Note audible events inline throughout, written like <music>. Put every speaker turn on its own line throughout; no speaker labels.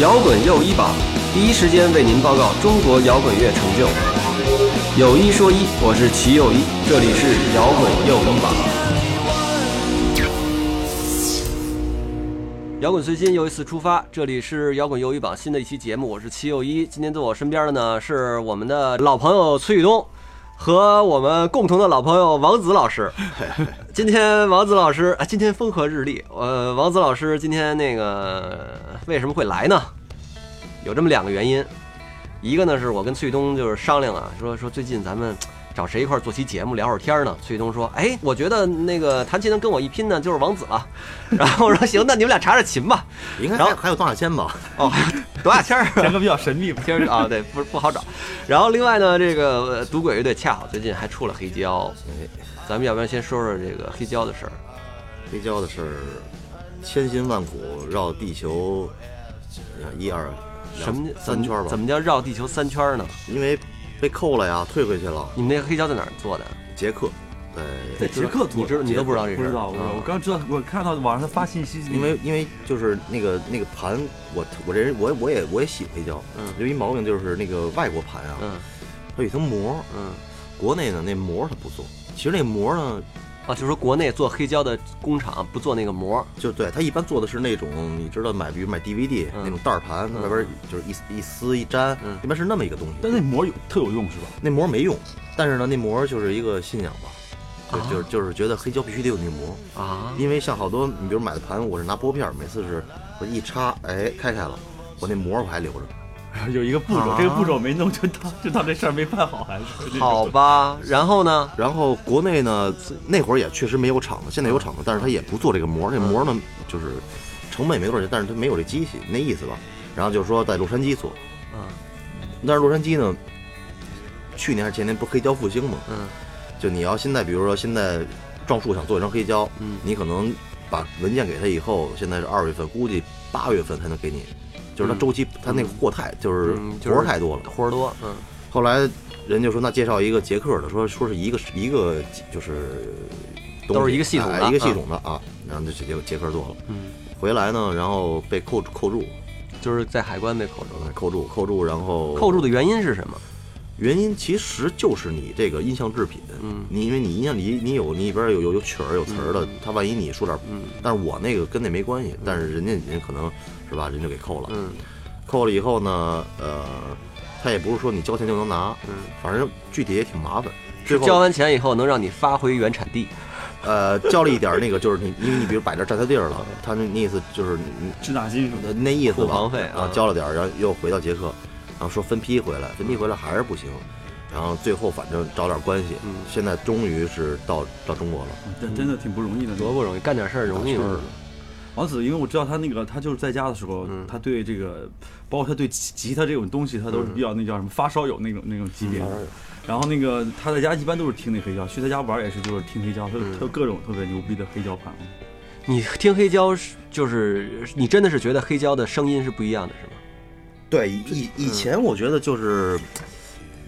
摇滚又一榜，第一时间为您报告中国摇滚乐成就。有一说一，我是齐又一，这里是摇滚又一榜。摇滚随心又一次出发，这里是摇滚又一榜新的一期节目，我是齐又一。今天坐我身边的呢是我们的老朋友崔宇东。和我们共同的老朋友王子老师，今天王子老师啊，今天风和日丽。呃，王子老师今天那个为什么会来呢？有这么两个原因，一个呢是我跟翠东就是商量啊，说说最近咱们找谁一块儿做期节目聊会儿天儿呢？翠东说，哎，我觉得那个弹琴能跟我一拼呢，就是王子了。 <laughs> 然后我说行，那你们俩查查琴吧。
应该
然后
还有还有多少千吧？
哦，多大
<laughs>
签儿啊？
前个比较神
<laughs>
秘吧。
听着啊，对，不不好找。然后另外呢，这个呃赌鬼乐队恰好最近还出了黑胶，
哎
咱们要不然先说说这个黑胶的事儿。
黑胶的是千辛万苦绕地球，呃一二两
什么叫
三圈吧？
怎么叫绕地球三圈呢？
因为被扣了呀，退回去了。
你们那个黑胶在哪儿做的？
捷克，对，
在捷克
你
做的，
知道你都不知道这事儿
不知道，不知道。
嗯
我刚知道，我看到网上发信息，
因为因为就是那个那个盘，我我这人我我也我也洗黑胶，
嗯
有一毛病就是那个外国盘啊，
嗯
它有一层膜，
嗯，
国内呢那膜它不做，其实那膜呢
啊，就是说国内做黑胶的工厂不做那个膜，
就对它一般做的是那种你知道买比如买 DVD
嗯
那种袋儿盘，它外边就是一一撕一粘
嗯，
一般是那么一个东西，
但那膜有特有用是吧？
那膜没用，但是呢，那膜就是一个信仰吧，对，
啊
就是就是觉得黑胶必须得有那膜，
啊，
因为像好多你比如买的盘，我是拿拨片儿，每次是我一插，哎，开开了，我那膜我还留着，
<laughs> 有一个步骤，
啊
这个步骤没弄，就当就当这事儿没办好，还是
好吧。然后呢？
然后国内呢，那会儿也确实没有厂子，现
啊
在有厂子，但是他也不做这个
嗯
膜，这膜呢就是成本也没多少钱，但是他没有这机器，那意思吧。然后就是说在洛杉矶做，
嗯
但是洛杉矶呢，去年还是前年不是黑胶复兴嘛，
嗯
就你要现在，比如说现在撞树想做一张黑胶，
嗯
你可能把文件给他以后，现在是二月份，估计八月份才能给你，就是他周期，他那个货太就是
嗯，
活儿太多了。
活儿多，嗯
后来人就说，那介绍一个捷克的，说说是一个一个就是东西
都是一个系统的
哎一个系统的啊，然后就直接捷克做了。
嗯，
回来呢，然后被扣扣住，呃
就是在海关被扣住了。
扣住扣住，然后
扣住的原因是什么？
原因其实就是你这个音像制品，
嗯
你因为你音像你你有你里边有有有曲儿有词儿的，他万一你说点儿，
嗯
但是我那个跟那没关系，但是人家人家可能是吧，人家就给扣了，
嗯
扣了以后呢，呃，他也不是说你交钱就能拿，
嗯，
反正具体也挺麻烦，最
是交
后
完钱以后能让你发回原产地。
呃交了一点儿那个就是你因为你比如摆这儿占他地儿
嗯
了，他那那意思就是你
滞纳金什么
那
的。
那意思
库
吧，
房费
然
啊
后交了点儿，然后又回到捷克，然后说分批回来，分批回来还是不行，然后最后反正找点关系，
嗯
现在终于是到到中国了，
真真的挺不容易的。
多不容易，干点事儿容易吗？
王子，因为我知道他那个，他就是在家的时候，
嗯
他对这个，包括他对吉吉他这种东西，他都
嗯
是比较那叫什么发烧友那种那种级别的。然后那个他在家一般都是听那黑胶，去他家玩也是就是听黑胶，
嗯
他他有各种特别牛逼的黑胶盘。
你听黑胶是就是你真的是觉得黑胶的声音是不一样的，是吗？
对，以以前我觉得就是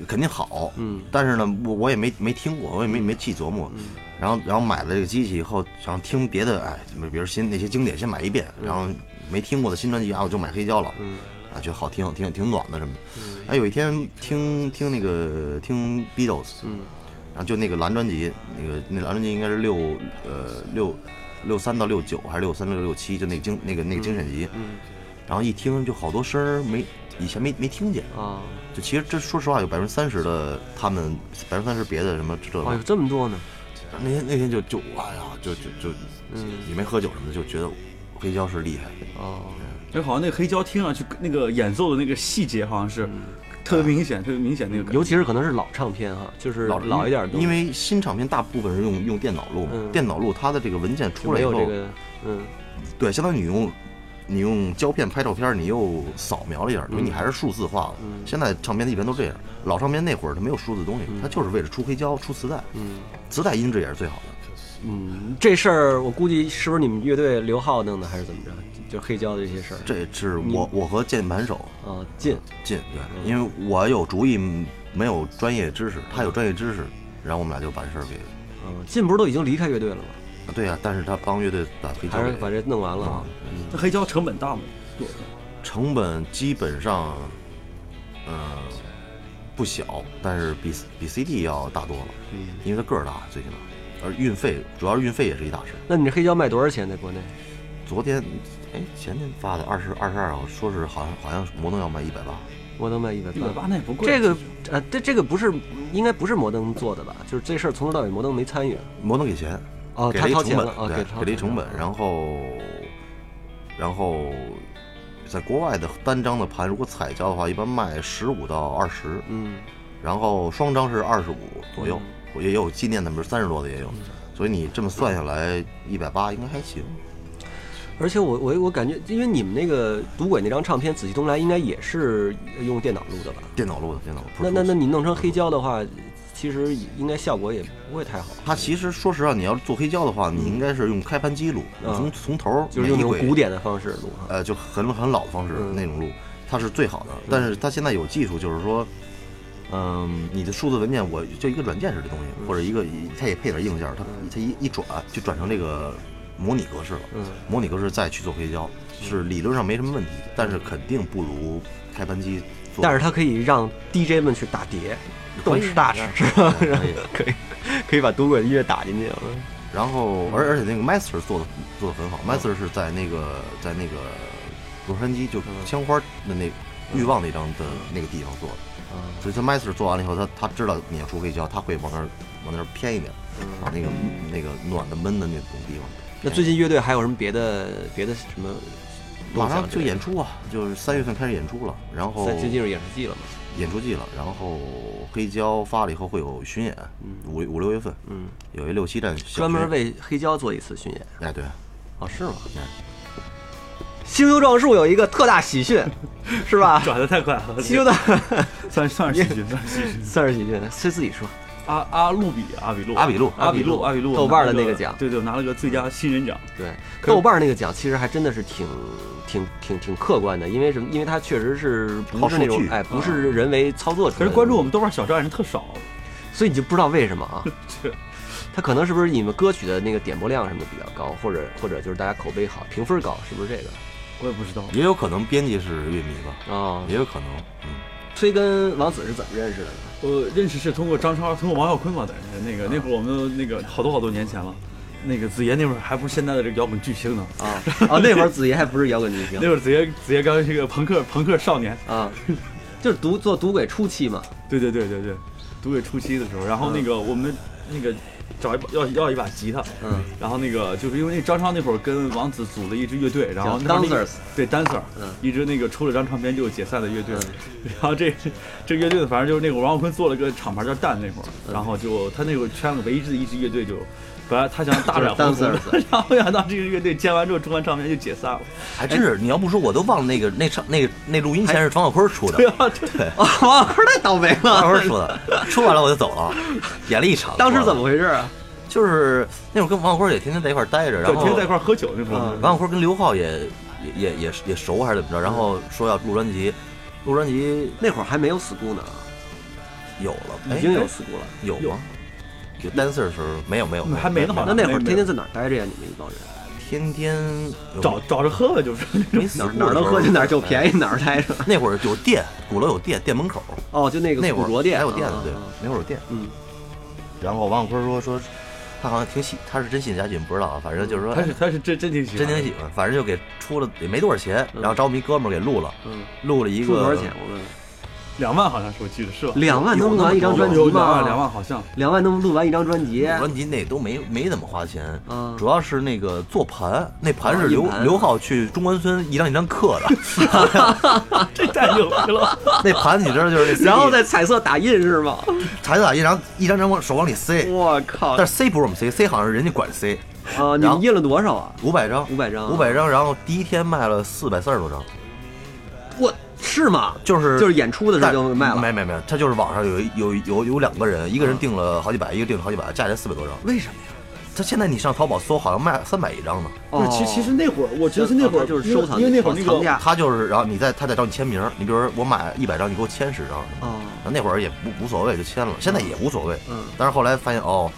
肯定好，
嗯
但是呢，我我也没没听过，我也没没细琢磨。然后，然后买了这个机器以后，然后听别的，哎，比如新那些经典先买一遍，然后没听过的新专辑啊，我就买黑胶了，
嗯
啊，觉得好听，挺挺暖的什么的。哎，有一天听听那个听 Beatles，
嗯
然后就那个蓝专辑，那个那蓝专辑应该是六呃六六三到六九还是六三六六七，就那个精那个那个精选集，
嗯
然后一听就好多声儿没以前没没听见，
啊，
就其实这说实话有百分之三十的他们百分之三十别的什么这
哇，
个
哦有，这么多呢。
那天那天就就哎呀就就就
嗯
也没喝酒什么的，就觉得黑胶是厉害的。
哦，
哎，好像那个黑胶听上去那个演奏的那个细节好像是特别明显，特别明显那个感觉。
尤其是可能是老唱片哈，就是老一点的东西，
因为新唱片大部分是用用电脑录嘛，
嗯
电脑录它的这个文件
就
出
没
来以
有
后，
这个嗯
对，相当于你用你用胶片拍照片，你又扫描了一下，等于你还是数字化了。现在唱片一般都这样，老唱片那会儿它没有数字东西，它就是为了出黑胶、出磁带，
嗯
磁带音质也是最好的。
嗯，这事儿我估计是不是你们乐队刘浩弄的，还是怎么着？就是黑胶的这些事儿
这是嗯我我和键盘手
啊，进
进，对，因为我有主意，没有专业知识，他有专业知识，然后我们俩就把这事儿给。
啊，进不是都已经离开乐队了吗？
啊对呀、但是他帮乐队把黑胶
还是
给
把这弄完了啊？
那黑胶成本大吗？
成成本基本上，嗯、不小，但是比比 CD 要大多了，
嗯
因为它个儿大，最起码，而运费主要是运费也是一大事。
那你这黑胶卖多少钱在国内？
昨天，哎，前天发的二十二十二号，说是好像好像摩登要卖一百八，
摩登卖一百
一百八
八。
那也不贵。
这个呃，这这个不是应该不是摩登做的吧？就是这事儿从头到尾摩登没参与。
摩登给钱，
哦，
给
他
了一
掏
成
钱
本，
了啊，
对，
掏
给了一成
钱
本，然后，然后，在国外的单张的盘，如果彩胶的话，一般卖十五到二十，
嗯，
然后双张是二十五左右，我也有纪念的，比如三十多的也
嗯
有，所以你这么算下来，一百八应该还行。
而且我我我感觉，因为你们那个赌鬼那张唱片《紫气东来》应该也是用电脑录的吧？
电脑录的，电脑录。
那那
Pro
那
Tools
你弄成黑胶的话，其实应该效果也不会太好，
它其实说实话，你要做黑胶的话，你应该是用开盘机录，你
啊
从从头儿
嗯就是用
每
那
一
种
轨
古典的方式录哈。
呃，就很很老的方式
嗯
那种录，它是最好的。但是它现在有技术，就是说，嗯，你的数字文件，我就一个软件式的东
嗯
西，或者一个它也配点硬件，它它一一转就转成这个模拟格式了。
嗯
模拟格式再去做黑胶，是理论上没什么问题，但是肯定不如开盘机做。
但是它可以让 DJ 们去打碟，动吃大吃，
可以
可以可以把赌鬼的音乐打进去。啊
然后，而而且那个 Master 做的做的很好、m a s t e r 是在那个在那个洛杉矶就枪花的那欲望那张的那个地方做的，
嗯
所以他 Master 做完了以后，他他知道你要出黑胶，他会往那儿往那儿偏一点，往那个那个暖的闷的那种地方。
那最近乐队还有什么别的别的什么
马
梦想
上
之
就
类的？
演出啊，就是三月份开始演出了，然后
在就进入演出季了嘛？
演出季了，然后黑胶发了以后会有巡演，五五六月份，
嗯，
有一六七站小巡
专门
演
为黑胶做一次巡演。
哎对，
哦，是吗
嗯？
星球撞树有一个特大喜讯，是 <laughs> 吧？
转的太快了，
星球的。
<laughs> 算算是喜剧，算是喜剧
算是喜讯，是自己说。
阿阿路比，阿比路，
阿比路
阿比
阿比路
路，阿比路，
豆瓣儿的
拿了
那个奖
对对，我拿了个最佳新人奖。
对，
可是
豆瓣儿那个奖其实还真的是挺挺挺挺客观的，因为什么？因为它确实是不
靠
是
数
那种
据
哎，不是人为操作出
可
来的。
是关注我，们豆瓣小站人特少， <laughs>
所以你就不知道为什么啊？
这
它可能是不是你们歌曲的那个点播量什么的比较高，或者或者就是大家口碑好，评分高，是不是这个？
我也不知道。
也有可能编辑是乐迷吧，
哦，
也有可能，嗯。
崔跟王子是怎么认识的呢？
我认识是通过张超，通过王啸坤嘛，等于是那个那会儿我们都那个好多好多年前了，那个子爷那会儿还不是现在的这个摇滚巨星呢，
啊啊，那会儿子怡还不是摇滚
<laughs>
明星
那会儿子爷子爷刚是个朋克朋克少年，
啊，就是赌做赌鬼初期嘛。
对对对对对，赌鬼初期的时候，然后那个我们那个找一把要要一把吉他，
嗯，
然后那个就是因为那张超那会儿跟王子组了一支乐队，然后
叫
那会儿那个
Dancers
对 Dancer，
嗯
一支那个出了张唱片就解散的乐队，然后这这乐队反正就是那会儿王浩坤做了个厂牌叫蛋那会儿，然后就他那会儿圈了唯一的一支乐队就。本来他想大展宏图的
Dancers，
<laughs> 然后没想到这支乐队签完之后出完唱片就解散了。
还真是，你要不说我都忘了那个那唱那个那录音前是冯小坤出的，
<laughs> 对啊，这
啊，王小坤太倒霉
冯小
了，
坤出的，出完了我就走了，演了一场。
<laughs> 当时怎么？回事啊？
就是那会儿跟王小坤也天天在一块儿待着，然
整
后
天在一块儿喝酒那会儿
嗯，
王小坤跟刘浩也也也也也熟还是怎么着，然后说要录专辑，录专辑
那会儿还没有 school 呢，啊
有了，
已经有
哎
school 了。
有吗？有 dancer 的时候没啊有没有，
还没呢好
那
像
那会儿
没
天天在哪儿待着呀？你们一帮人
天天有
找找着喝呗，就是 <laughs>
没死
哪
过
儿哪儿能喝去哪儿就便
宜。
宜哪儿待着。
那会儿有店，鼓楼有店，店门口
哦，就那个
那会
古
儿
着店
还有店
啊
的，对
啊，
那会儿有店。
嗯，
然后王小坤说说，他好像挺喜，他是真信贾俊不知道啊，反正就是说哎
他是他是真真挺喜欢
真
的，
挺喜欢，反正就给出了也没多少钱，然后找我们一哥们儿给录了，
嗯
录了一
出
个
多少钱？我问问。
两万好像是我记得是吧？
两万能录完一张专辑
有
吗？
两万两万好
<laughs>
像。
两万能录完一张专辑？
专辑那都没没怎么花钱
嗯，
主要是那个做盘，那盘是
啊
刘
硬盘
刘浩去中关村一张一张刻
<laughs>
的，
这太牛逼了！
那盘你知道就是那 CD，
<laughs> 然后在彩色打印是吗？
彩彩一张一张张往手往里塞，
我靠！
但是塞不是我们塞，塞好像是人家管塞，
啊，你们印了多少啊？
五百张，
500张
五百张，然后第一天卖了四百三十多张，
我是吗？
就是
就是演出的时候就卖
没
了，
没没，他就是网上有一有有有两个人，一个人订了好几百，一个订了好几百，加起来四百多张。
为什么呀？
他现在你上淘宝搜，好像卖三百一张呢。
<laughs> 不是，其其实那会儿，我觉得那会
哦
儿
他就是
因为
收藏
因为那会儿那
藏
个
家
他就是，然后你再他再找你签名，你比如说我买一百张，你给我签十张。
哦
那会儿也不无所谓，就签了，现在也无所谓。
嗯
但是后来发现哦，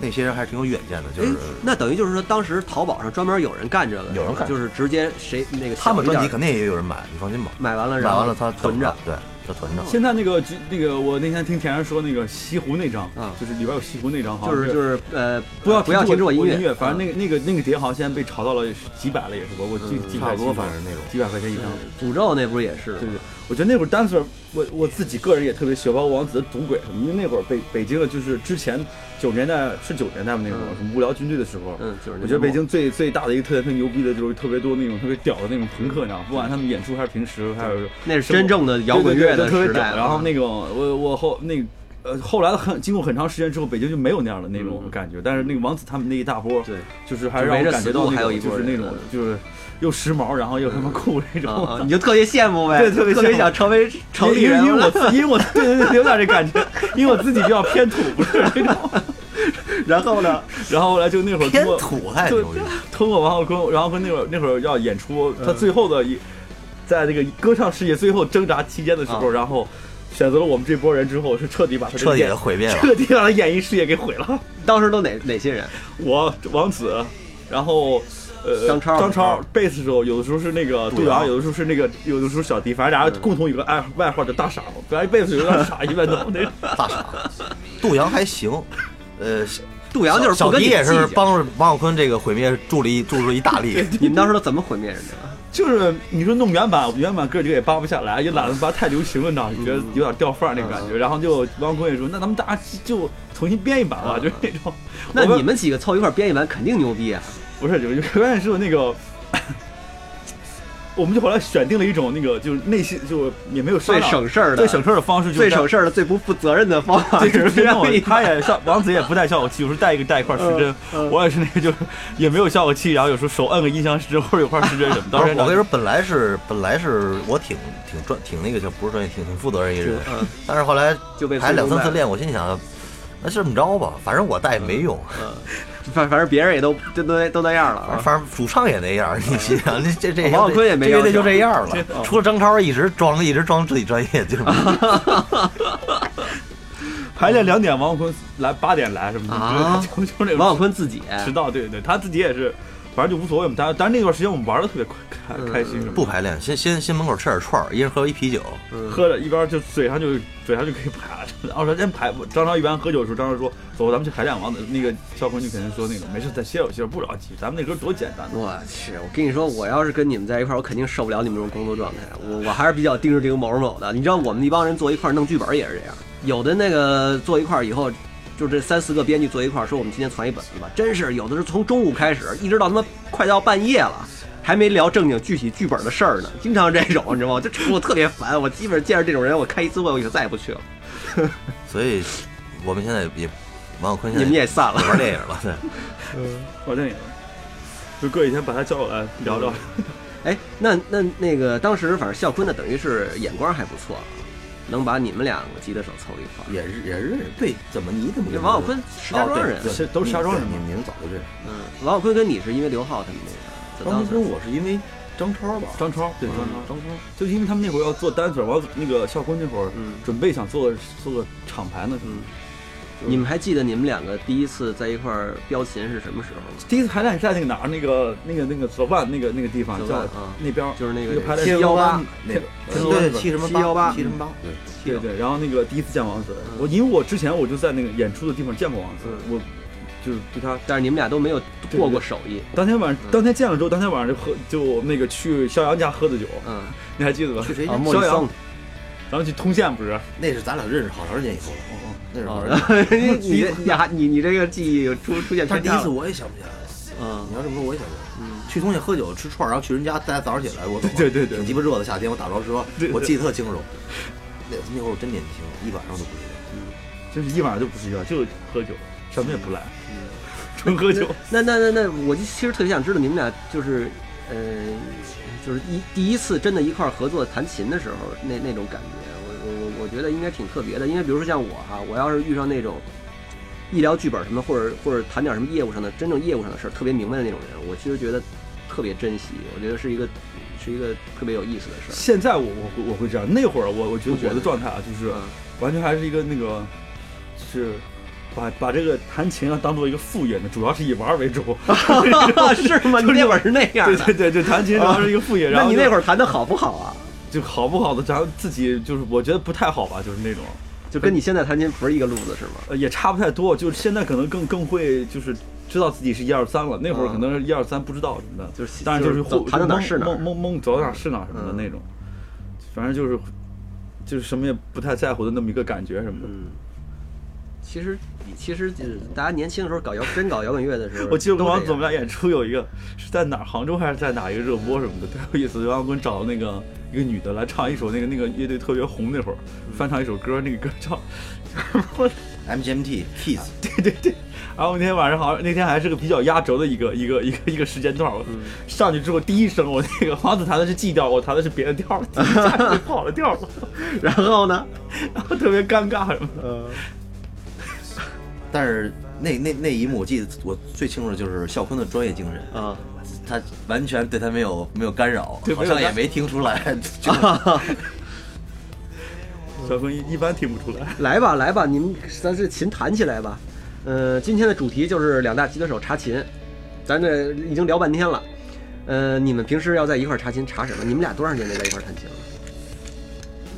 那些人还是挺有远见的，就是
哎那等于就是说，当时淘宝上专门有人干这个，
有人干
就是直接谁那个
他们
小一
专辑
点
肯定也有人买，你放心吧。
买完了，
买
然后
完了他
囤着，，
对，他囤着。
现在那个那个，我那天听田然说那个西湖那张
啊，
就是里边有西湖那张，好
就
像
是就是呃，
不要
不要停止
我
音
音
乐，嗯啊
反正那个那个那个碟好像现在被炒到了几百了，也是我我
嗯
记记
差不多，反
正
正那种。
几百块钱一张。
诅咒那不是也是吗
对对，我觉得那会儿 dancer，我我自己个人也特别喜欢，包括王子的赌鬼什么，因为那会儿北北京的就是之前九十年代是九十年代吧那会儿
嗯
什么无聊军队的时候，
嗯，就是
我觉得北京最最大的一个特点，特别牛逼的就是特别多那种特别屌的那种朋克，你知道吗，不管他们演出还是平时，还有
那是真正的摇滚乐的
对对对
时
特别屌
代了，
然后那种我我后那个呃后来很经过很长时间之后，北京就没有那样的那种
嗯
感觉，但是那个王子他们那一大波，
对
就是还是让
就围
我
着
感觉
死
到
路
那
还有
种
一
就
波
是
人
那种就是又时髦，然后又他妈酷那种。 <laughs>
啊啊，你就特别羡慕呗，
对特别
特别
羡慕
想成为城里
因为
人
因为
了，
<laughs>
我因为我对对对有点这感觉，因为我自己比较偏土，不是那种。
然后呢，
然后后来就那会儿通
偏
过
土太牛逼了，
<laughs> 通过王浩坤，然后坤那会儿那会儿要演出，
嗯
他最后的一、在这个歌唱事业最后挣扎期间的时候，
啊
然后选择了我们这波人之后，是彻底把他这
嗯彻
个
底
演
的毁灭了。
彻底把他演艺事业给毁了。
<laughs> 当时都哪哪些人？
我王子，然后。呃，
张超
张超贝斯手，有的时候是那个杜
杜
阳，
阳
有的时候是那个，有的时候小迪，反正俩人共同有个爱外号叫大傻子，本来贝斯手叫傻一般都那种。
大傻， <laughs> 杜阳还行，呃，
杜阳就是不
小
跟
迪
你
也是
计较。
帮着王小坤这个毁灭助力助了一大力。
你们当时都怎么毁灭人家的？
<laughs> 就是你说弄原版，原版哥几个也扒不下来，也懒得扒太流行了，你知道吗？
嗯
觉得有点掉范儿那感觉。然后就王坤也说，那咱们大家就重新编一
<laughs>
版吧，就是那种。
那
我
你们几个凑一块儿编一版，肯定牛逼啊！
不是有有关键是那个， <coughs> 我们就后来选定了一种那个就是内心就也没有商
最
量
省事儿的，
最省事儿的方式，
最省事儿的、最不负责任的方 <laughs> 法
对，
是
就是
编
让我
一
他
版。
也效，王子也不带效果器，有时候带一个带一块儿失真，
嗯
我也是那个就是也没有效果器，然后有时候手摁个音箱失真或者有块儿失真什么。
当
当
时
时
我跟你说，本来是本来是我挺挺专挺那个叫不是专业，挺挺负责任一个人，
嗯，
但是后来
就被
还两三次
练，
练，我心想，那就这么着吧，反正我带也
嗯
没用，
反反正别人也都都都都那样了
反正
啊。
反正主唱也那样，你心
<laughs>
想这这这
王小坤也没
这乐队
要求哦
就这样了
这，
除了张超一直装一直装自己专业，
<laughs>
就是
排练两点，王坤来八点来什么
啊
的，就就那种
王小坤自己，
迟到，对对，他自己也是，反正就无所谓嘛。但但是那段时间我们玩的特别快，开
嗯
开心什么的，
不排练，先先先门口吃点串儿，一人喝一啤酒，
嗯
喝着一边就嘴上就嘴上就可以排， <laughs> 然后说先排。张超一般喝酒的时候，张超说走，咱们去排练王子。那个肖坤就肯定说那个没事，再歇会儿歇会儿，不着急，咱们那歌多简单的。
我去，我跟你说，我要是跟你们在一块儿，我肯定受不了你们这种工作状态。我我还是比较定是定某某的。你知道，我们一帮人坐一块儿弄剧本也是这样，有的那个坐一块儿以后，就这三四个编剧坐一块儿，说我们今天传一本子吧。真是有的是从中午开始，一直到他妈快到半夜了。还没聊正经具体剧本的事儿呢，经常这种，你知道吗？这我特别烦，我基本上见着这种人，我开一次会我就再也不去了。
所以我们现在也王小坤
你
现
们
在
也散了，
玩电影了，对。
好像也，就过几天把他叫过来聊聊。
哎，那那那个当时反正孝坤呢，等于是眼光还不错，能把你们两个吉他手凑一块儿。
也是也认识，对，怎么你怎么
这王小坤石
哦
家庄人，
是都是石家庄人
你
嘛
你们早就这样。
嗯，王小坤跟你是因为刘浩他们那个，
当时
时
我是因为张超吧，
张超对
嗯
张超，
张超，
就因为他们那会儿要做单嘴，王子那个肖坤那会儿
嗯
准备想做个做个厂牌呢，
嗯，你们还记得你们两个第一次在一块儿飙琴是什么时候吗？
第一次排练是在那个哪儿？那个那个那个左腕那个那个地方
左
叫
腕啊
那边儿
就是那个
排
天
练
鹅湾
那个
天鹅
对
湾
七什么
七幺八
七什么八，
嗯
对，
对对，然后那个第一次见王子，我因为我之前我就在那个演出的地方见过王子，
嗯
我就是对他
但是你们俩都没有过过手艺，
当天晚上当天见了之后，当天晚上就喝就那个去肖阳家喝的酒，
嗯，
你还记得吧？
去谁
啊，
家？
莫里
逍
桑
遥，咱们去通县不是？
那是咱俩认识好长时间以后
哦
了，那是
<laughs>
好长时间。
啊你你你还你你这个记忆出出现
但
偏
是第一
差
次
了，
我也想不起来了，
嗯
你要这么说我也想不起来。
嗯，
去通县喝酒吃串儿，然后去人家，大家早上起来我走了
对对对
挺鸡巴热的夏天，我打不着车
对，对
我记得特清楚。那那会儿我真年轻，一晚上都不睡觉。
就是一晚上就不睡觉，就喝酒，什么也不来，
嗯
<laughs> 纯喝酒。 <laughs>
那那那那，我就其实特别想知道你们俩就是，呃，就是一第一次真的一块儿合作弹琴的时候，那那种感觉，我我我我觉得应该挺特别的。因为比如说像我哈、我要是遇上那种一聊剧本什么，或者或者谈点什么业务上的真正业务上的事儿特别明白的那种人，我其实觉得特别珍惜，我觉得是一个是一个特别有意思的事儿。
现在我我会我会这样，那会儿我我觉得我的状态啊，就是
嗯
完全还是一个那个，就是把把这个弹琴啊当做一个副业呢，主要是以玩儿为主。
<laughs> 啊是吗？你那会儿是那样
对
的啊
对。对，就弹琴主要是一个副业。然
那
后
你
就
那会儿弹的好不好啊？
就好不好的，咱自己就是我觉得不太好吧，就是那种，
就跟你现在弹琴不是一个路子是吗？
呃，也差不太多。就是现在可能更更会就是知道自己是一二三了，那会儿可能是一二三不知道什么的，
嗯就是
但是就是
就是走
会
弹到哪儿是哪儿
蒙蒙蒙走到哪儿是哪儿什么的
嗯
那种，反正就是就是什么也不太在乎的那么一个感觉什么的。
嗯，其实你其实就是大家年轻的时候搞摇真搞摇滚乐的时候，
<laughs> 我记得
都
跟
这
王
样
总我们俩演出有一个是在哪儿，杭州还是在哪一个热播什么的，特有意思。王滚找那个一个女的来唱一首那个那个乐队特别红那会儿，
嗯
翻唱一首歌，那个歌叫 <laughs>
MGMT Kiss，
然后那天晚上好像那天还是个比较压轴的一个一个一个一个时间段，我
嗯
上去之后第一声我那个 <laughs> 王子弹的是 G 调，我弹的是别的调，一下就跑了调了，
然后呢，
<laughs> 然后特别尴尬什么的。
呃，
但是那那那一幕我记得我最清楚的就是孝坤的专业精神，
啊，
他完全对他没有没有干扰
对，
好
没有
像也
干
没听出
<laughs>
来。就
嗯
小坤一一般听不出来，
来吧来吧，你们咱这琴弹起来吧。呃，今天的主题就是两大吉他手查琴，咱这已经聊半天了。呃，你们平时要在一块儿查琴查什么？你们俩多长时间没在一块儿弹琴了？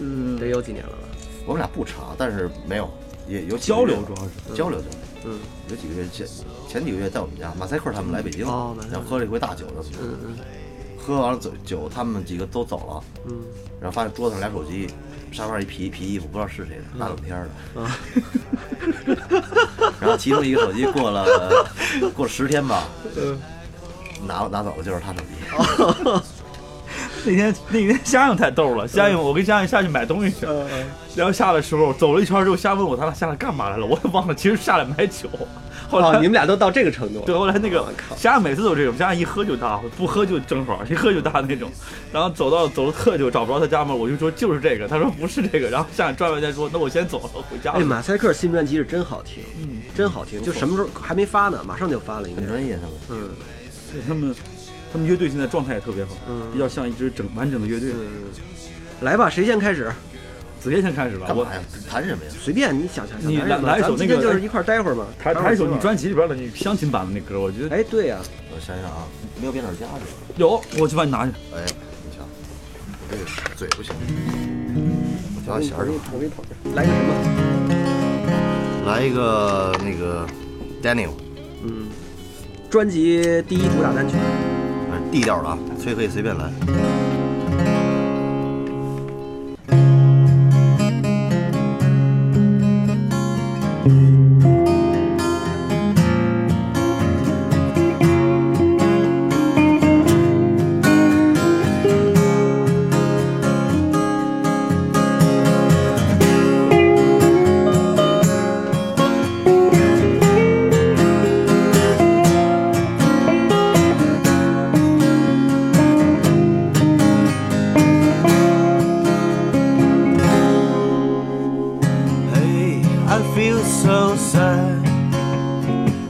嗯，
得有几年了吧？
我们俩不查，但是没有也有几个
交流
月
主要是
交流交流。
嗯
有几个月前前几个月在我们家，马赛克他们来北京，
哦马赛克
然后喝了一回大酒，然后
嗯嗯
喝完了酒酒，他们几个都走了，
嗯，
然后发现桌子上俩手机，沙发上一皮皮衣服，不知道是谁
嗯
的，大冷天儿的。<laughs>
啊 <laughs>
然后其中一个手机过了过了十天吧，
嗯
拿拿走了就是他手
哦
机，
那天那天夏颖太逗了，夏
嗯
颖我跟夏颖下去买东西去，然后下的时候走了一圈之后，夏问我咱俩下来干嘛来了，我也忘了，其实下来买酒。后来、
哦，你们俩都到这个程度了。
对，后来那个
我靠
夏每次都这种，夏一喝就大，不喝就正好，一喝就大那种。然后走到走到特久，找不着他家门，我就说就是这个，他说不是这个。然后夏转完再说，那我先走了，我回家
哎，
了。
马赛克新专辑是真好听，
嗯，
真好听，就什么时候还没发呢，马上就发了，应该
很。专业他们。
嗯
对他们他们乐队现在状态也特别好，
嗯
比较像一支整完整的乐队。
嗯，来吧，谁先开始？
子夜先开始吧，
干
我
嘛呀？谈什么呀？
随便你想想想
你
来什么
来来一
咱
首
今
那个
天就是一块儿待会儿嘛，
弹弹一首你
专。
专辑里边的那个乡亲版的那歌，我觉得
哎，对呀，
我想想啊，没有编导家是吧？
有，我去把你拿去。
哎，你瞧，我这个嘴不行，我调
我
个
给你
弦
捧
儿
着
吧。
我给你捧着，来个什么？
来一个那个 Daniel，
嗯，专辑第一主打单曲，
反正 D 调的啊，所以可以随便来。
Hey, I feel so sad.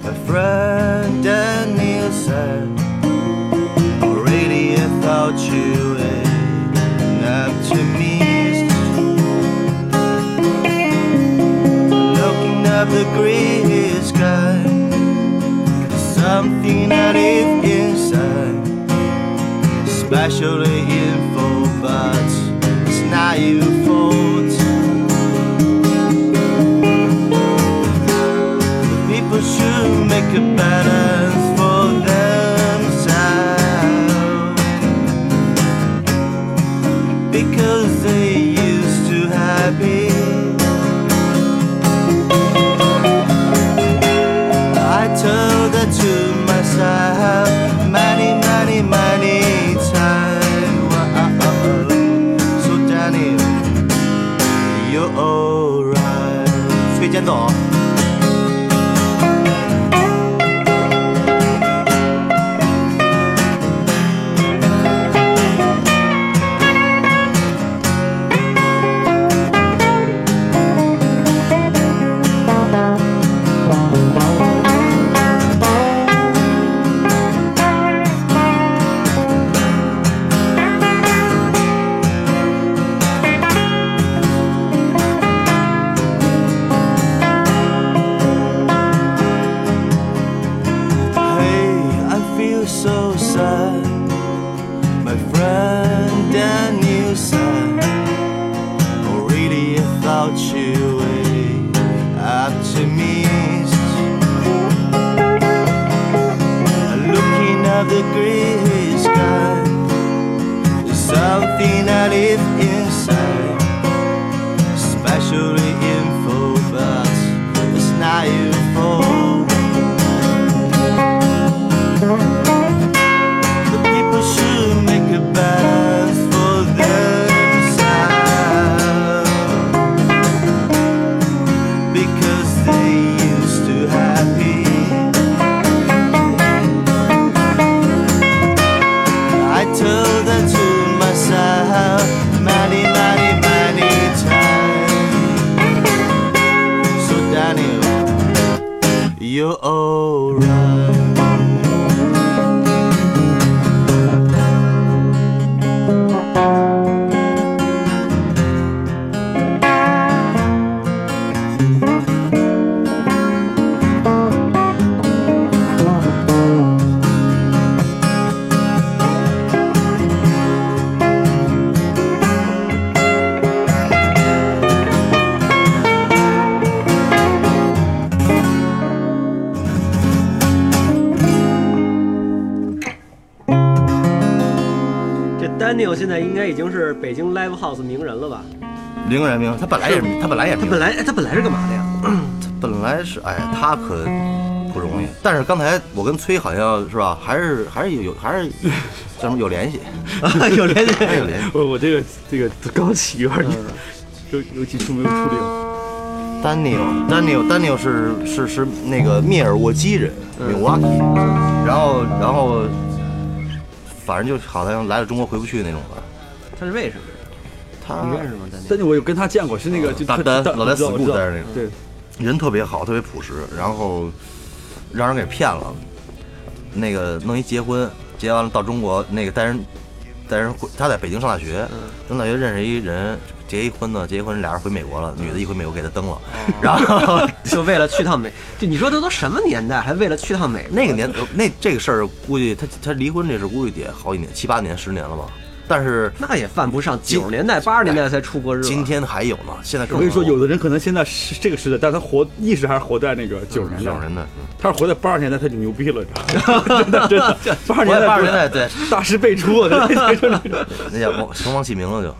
A friend Daniel said, I really thought you ain't optimist. Looking up the gray sky, there's something that is inside, especially info, but it's not your fault. People should make a balance for themselves because they used to have it. I told that to myself many, many, many times. So Danny, you're alright.
崔健走。
Hey, "Oh, eh, the gray sky. There's something I live inside, especially in full, but it's not your fault. The people should make a balance for themselves because they used to happy. I told that to myself many, many, many times. So Daniel, you're alright.
这 Daniel 现在应该已经是北京 Live House 名人了吧？
零元明，他本来也是，他本来也是
他
名
本
人，
来哎他本来是干嘛的呀？
本来是，哎，他可不容易。但是刚才我跟崔好像是吧，还是还是有有还是叫什么有联系，
<laughs> 有联系，
还有联系。
我我这个这个刚起有点，尤嗯尤其是没有处理好。
Daniel，Daniel，Daniel 是是是那个密尔沃基人，米沃基，然后然后反正就好像来了中国回不去那种吧。
他是为什么？
他
你认识吗？Daniel？
但是我有跟他见过，是那个就
大
特
丹
大
老在
我知道
school
我知道
待着那个
对，
人特别好，特别朴实，然后让人给骗了。那个弄一结婚，结完了到中国，那个带人带人回，他在北京上大学，上大学认识一人，结一婚呢，结一婚俩人回美国了，女的一回美国给他蹬了，然后
就为了去趟美，就你说这都什么年代，还为了去趟美？
那个年那这个事儿估计他他离婚这事儿估计得好几年，七八年十年了吧，但是
那也犯不上，
今
九十年代、八十年代才出过日。
今天还有呢，现在
我跟你说，有的人可能现在是这个时代，但他活意识还是活在那个九十年代
有，人的。嗯
他是活在八十年代，他就牛逼了，你知道吗？ <laughs> 真的真的，八十
我
年
也
代
八十年代对，
大师辈出，啊真的真的
那叫王成王启明了就，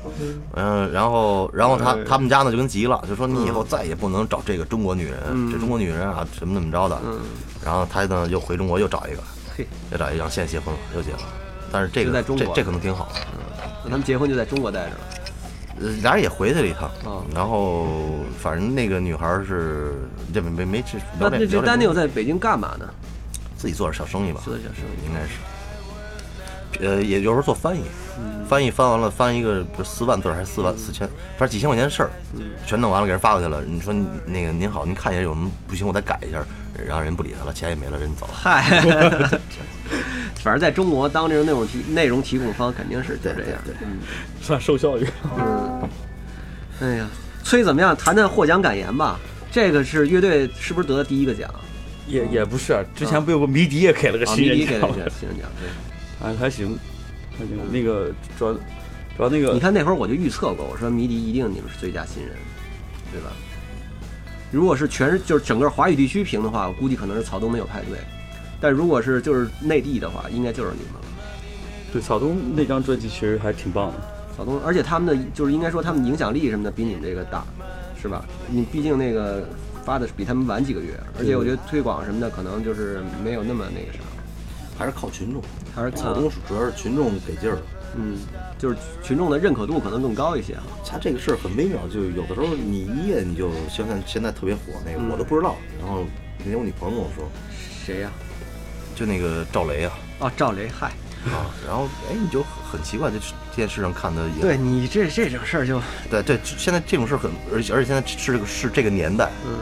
嗯，然后然后他他们家呢就跟急了，就说你以
嗯
后再也不能找这个中国女人，这中国女人啊怎么怎么着的，然后他呢又回中国又找一个，
嗯嘿，
又找一个，现在结婚了又结婚了，但是这
就在
个
中
这
国
这可能挺好，
那他们结婚就在中国待着了。
呃俩人也回去了一趟
哦，
然后反正那个女孩是这没没没去聊
那这这
聊
丹尼尔在北京干嘛呢？
自己做点小生意吧，
做点小生意
应该是，呃，也有时候做翻译，翻译翻完了翻一个不是四万字儿还是四万四千，反正几千块钱的事儿，全弄完了给人发过去了。你说你那个您好，您看一下有什么不行，我再改一下，然后人不理他了，钱也没了，人走了。
嗨，反正在中国当这种内容提内容提供方肯定是就这样。
对对
嗯
<laughs> 算受教育。 <laughs>
哎呀，崔怎么样？谈谈获奖感言吧。这个是乐队是不是得的第一个奖？
也也不是，啊之前不有个迷笛也给了个
啊，
新
迷
人
笛给了
奖吗
一，个新人奖。对
还哎还行，还行。那个主要主要那个
你看那会儿我就预测过，我说迷笛一定你们是最佳新人，对吧？如果是全是就是整个华语地区评的话，我估计可能是曹东没有派对，但如果是就是内地的话，应该就是你们了。
对草东那张专辑其实还挺棒的。
曹东，而且他们的就是应该说他们影响力什么的比你们这个大，是吧？你毕竟那个发的是比他们晚几个月，而且我觉得推广什么的可能就是没有那么那个啥，
还是靠群众，
还是
草东主要是群众给劲儿。
嗯，就是群众的认可度可能更高一些啊。
他这个事儿很微妙，就有的时候你一夜你就现在现在特别火，那个我都不知道。然后那天我女朋友跟我说，
谁呀、
就那个赵雷啊
哦，赵雷，嗨，
啊，然后哎你就很奇怪，就是电视上看的也
对你这这种事儿就，
对对，现在这种事儿很，而且而且现在是这个是这个年代，
嗯，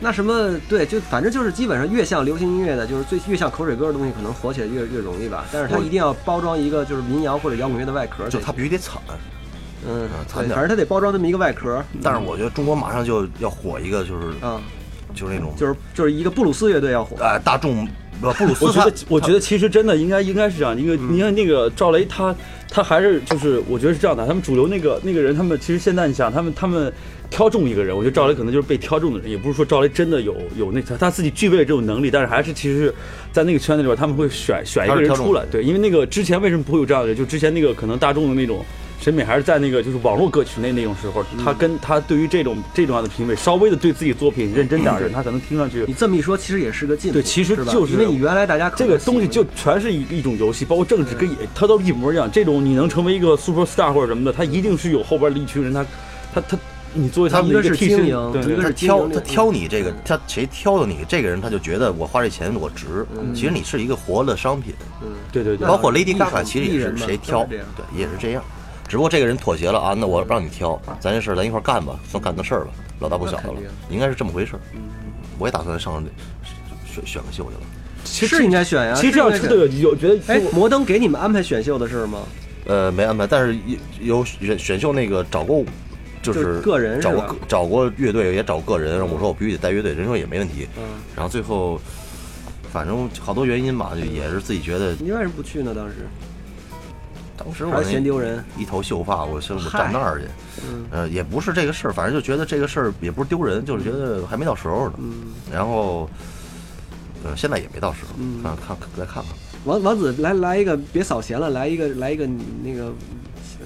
那什么，对，就反正就是基本上越像流行音乐的，就是最越像口水歌的东西，可能火起来越越容易吧。但是它
我
一定要包装一个就是民谣或者摇滚乐的外壳，
就它必须得惨。
嗯
啊，
对
惨点
反正它得包装这么一个外壳，
但是我觉得中国马上就要火一个，就是
啊，
就是那种
就是就是一个布鲁斯乐队要火，
呃大众不布鲁斯
我觉
他
得，嗯我觉得其实真的应该应该是这样，因为你看那个赵雷他，他还是就是我觉得是这样的，他们主流那个那个人，他们其实现在你想，他们他们挑中一个人，我觉得赵雷可能就是被挑中的人，也不是说赵雷真的有有那他他自己具备了这种能力，但是还是其实是在那个圈子里边他们会选选一个人出来，对，因为那个之前为什么不会有这样的人，就之前那个可能大众的那种。审美还是在那个就是网络歌曲那那种时候，他跟他对于这种这种样的评委，稍微的对自己作品认真点儿的人， <clears throat> 他可能听上去
你这么一说，其实也是个进步。
对其实
吧
就是
因为你原来大家可能
这个东西就全是一一种游戏，包括政治跟也它都一模一样。这种你能成为一个 super star 或者什么的，他一定是有后边的一群人，他他他，你作为他们的一个替身
他们一个是经营，
对对
一个
对
是
他
经营
挑
这个
他挑你这个，他谁挑的你这个人，他就觉得我花这钱我值。
嗯
其实你是一个活的商品，
对对对
包括 Lady
艺
Gaga
术
其实也
艺人
是
嘛
谁
都
挑，
是这
对
样，
也是这样。只不过这个人妥协了啊，那我让你挑，咱这事儿咱一块儿干吧，算干的事儿了，老大不小的
那
了
肯定，嗯
应该是这么回事儿。我也打算上选选个秀去了。
其
是
实
应该选呀。
其实这样
是应
出
该
的
选。
有有觉得
哎，摩登给你们安排选秀的事儿吗？
呃，没安排，但是有有选选秀那个找过，就
就是
是
个人是
找过
吧
个找过乐队，也找过个人。我说我必须得带乐队，人说也没问题。
嗯，
然后最后，反正好多原因吧，就也是自己觉得
你为什么不去呢？当时
当时
还
我
是嫌
那
丢嗯人？
一头秀发，我是我站那儿去，呃，也不是这个事儿，反正就觉得这个事儿也不是丢人，就是觉得还没到时候呢。
嗯，
然后，呃，现在也没到时候，
嗯
看看再看看。
王王子来来一个，别扫弦了，来一个来一个你那个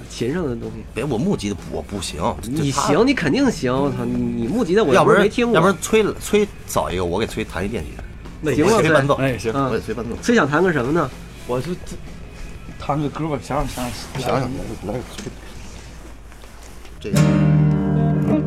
琴上的东西。
别我目击的我不行，这
你
他
行，你肯定行。我操，你你募集的我
要不
又
然
没听过，
要不然崔崔找一个，我给崔弹一电吉他，
那行吧
我给崔伴奏，
哎行
嗯
我给崔伴奏，
崔想弹个什么呢？
我就弹个歌吧，想想想想
想想来来这个。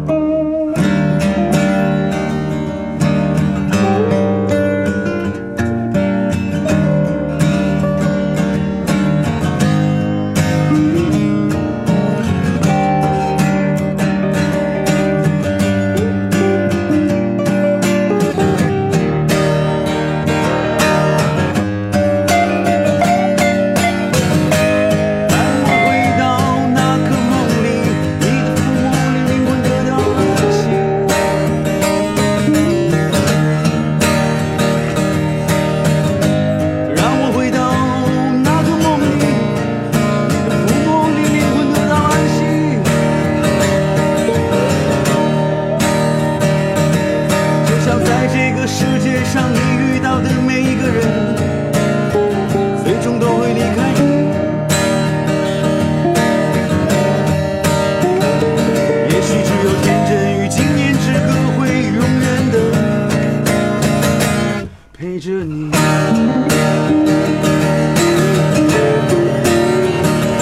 回到那个梦里，你的触摸令灵魂得到安息。让我回到那个梦里，你的触摸令灵魂得到安息。就像在这个世界上，你遇到的每一个人，最终都会离开你。也许只有天真与经验之歌会永远的陪着你。啦啦啦啦啦啦啦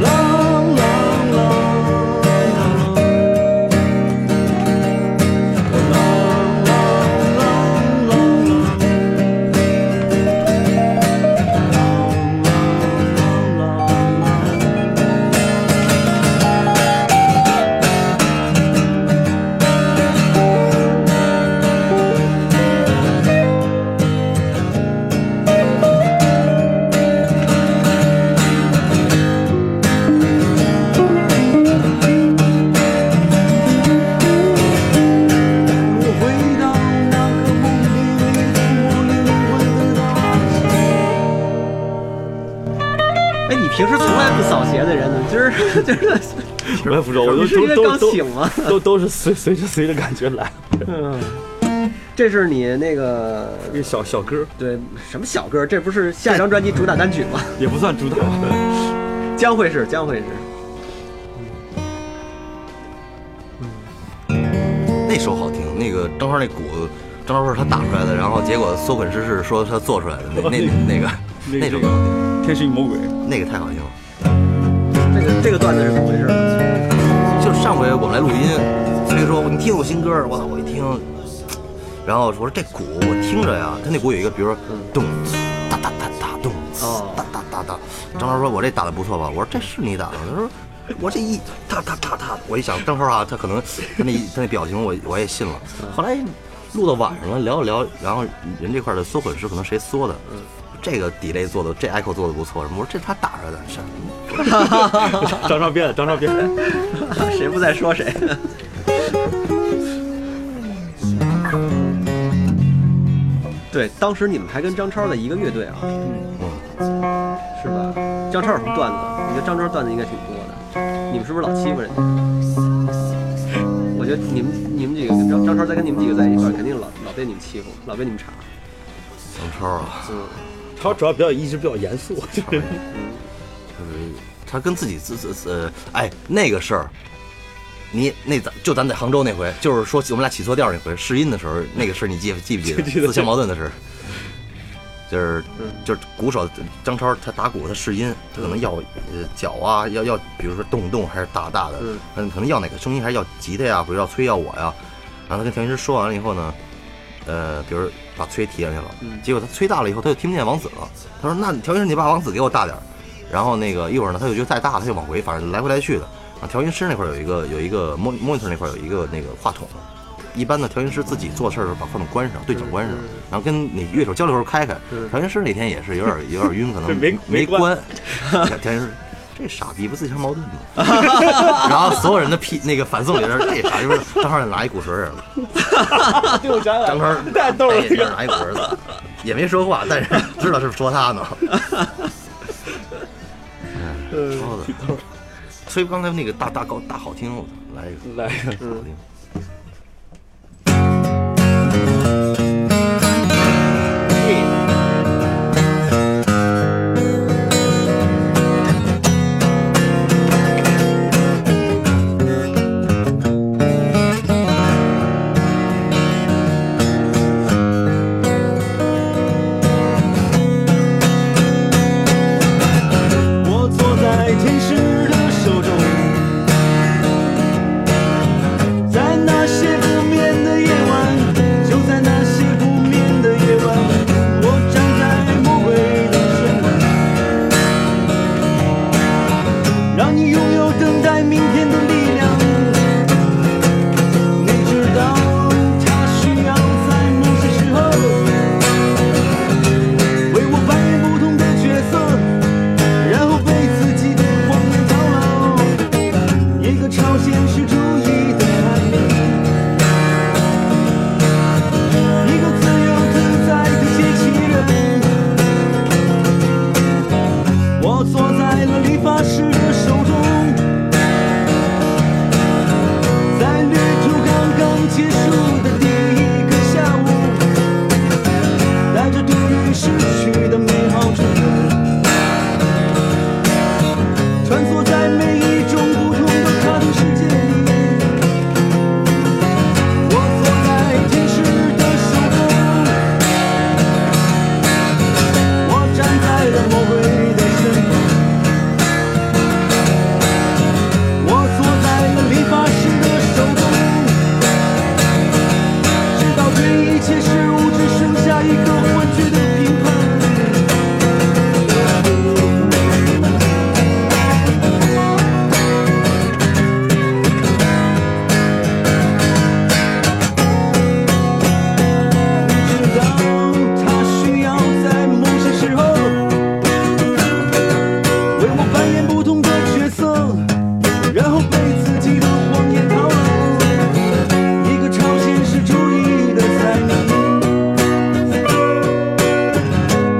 啦啦啦我回到那个梦里，我灵魂的大厦。
哎，你平时从来不扫弦的人，怎么今儿 <laughs> 今儿
我也不知道，我
你
都
是因为
都
刚
都
醒吗？
都都都是随随着随着感觉来。
这是你那个
一个小小歌
对什么小歌？这不是下一张专辑主打单曲吗？ <laughs>
也不算主打。
将会是，将会是。
那首好听，那个正好那鼓，正好是他打出来的，然后结果缩混之是说他做出来的，那那那
<laughs>
个那首歌好听，
天使与魔鬼，
那个太好听了。
这个这个段子是怎么回事？
就是上回我们来录音，崔说你听我新歌儿，我操，我一听，然后我说这鼓我听着呀，他那鼓有一个，比如说咚哒哒哒哒咚
哦
哒哒哒哒，张超说我这打的不错吧？我说这是你打的，他说。我这一哒哒哒哒，我一想，正好啊，他可能他那一他那表情我我也信了。后来录到晚上了，聊一聊，然后人这块的缩混是可能谁缩的，这个 delay 做的，这 echo 做的不错什么，我说这他打着的，是
张照片，张照片。
谁不在说谁？ <laughs> 对，当时你们还跟张超在一个乐队啊，是吧？张超有什么段子？我觉得张超段子应该挺多的。你们是不是老欺负人家？我觉得你们你们几个跟张张超再跟你们几个在一块儿，肯定老老被你们欺负，老被你们查。
张超啊，
嗯，
他主要比较一直比较严肃，就是
就是他跟自己自自自，哎，那个事儿，你那咱就咱在杭州那回，就是说我们俩起错调那回试音的时候，那个事儿你记记不 <laughs> 记得？
记得
自相矛盾的事儿。就是就是鼓手张超，他打鼓他试音，他可能要呃脚啊，要要比如说动动还是大大的
嗯，
嗯，可能要哪个声音还是要吉他呀，或者要崔要我呀。然后他跟调音师说完了以后呢，呃，比如把崔提上去了，
嗯
结果他崔大了以后他就听不见王子了。他说：“那调音师你把王子给我大点儿。”然后那个一会儿呢，他就觉得太大了，他就往回，反正来回来去的。啊，调音师那块儿有一个有一个 mon- monitor 那块儿有一个那个话筒，一般的调音师自己做事儿的时候把话筒关上，对角关上，然后跟你乐手交流的时候开开。调音师那天也是有点有点晕，可能
<laughs> 没没
没
关
关。调音师。这傻逼不自相矛盾吗？ <laughs> 然后所有人的屁那个反送里边，这傻逼不是当时拿一鼓槌儿，
对我想
张
想，
超 <laughs>
太逗了
哎，这拿一鼓槌儿，也没说话，但 <laughs> 是知道是说他 <laughs> 呢。嗯，超的。所以刚才那个大大高大好听，我操来一个
来，
好听。
我坐在天使的手中，在那些不眠的夜晚，就在那些不眠的夜晚，我站在魔鬼的身旁，让你拥有等待明天的力量。你知道，它需要在某些时候，为我扮演不同的角色。然后被自己的谎言套牢，一个超现实主义的叛逆，一个自由自在的机器人。我坐在了理发师的手中，在旅途刚刚结束的第一个下午，带着对于失去的美好追求。穿梭在每一种不同的卡通世界里。我坐在天使的手中，我站在了魔鬼的身旁。我坐在了理发师的手中，直到对一切事物只剩下一个幻觉的评判。知道他需要在某些时候为我扮演不同的角色，然后被自己的谎言套牢，一个超现实主义的才能，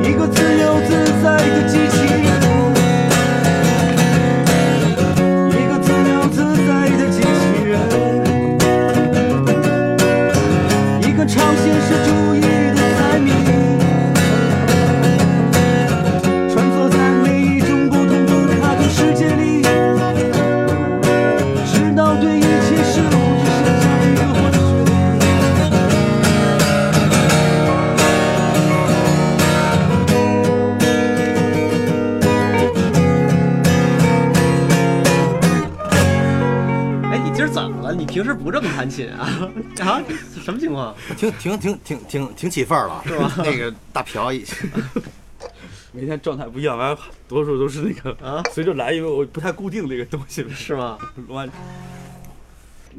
一个自由自在的机器人，一个自由自在的机器人。一个超现实主义的灾民，穿梭在每一种不同的卡通世界里，直到对一切事物只剩下一个幻觉。
哎，你今儿怎么了？你平时不这么弹琴啊？啊，什么情况？
挺挺挺挺挺挺起范儿了，是吧？那个大瓢 <laughs> 一，
每天状态不一样，完了多数都是那个
啊
<laughs>
随着来，因为我不太固定这个东西，
是吗？
乱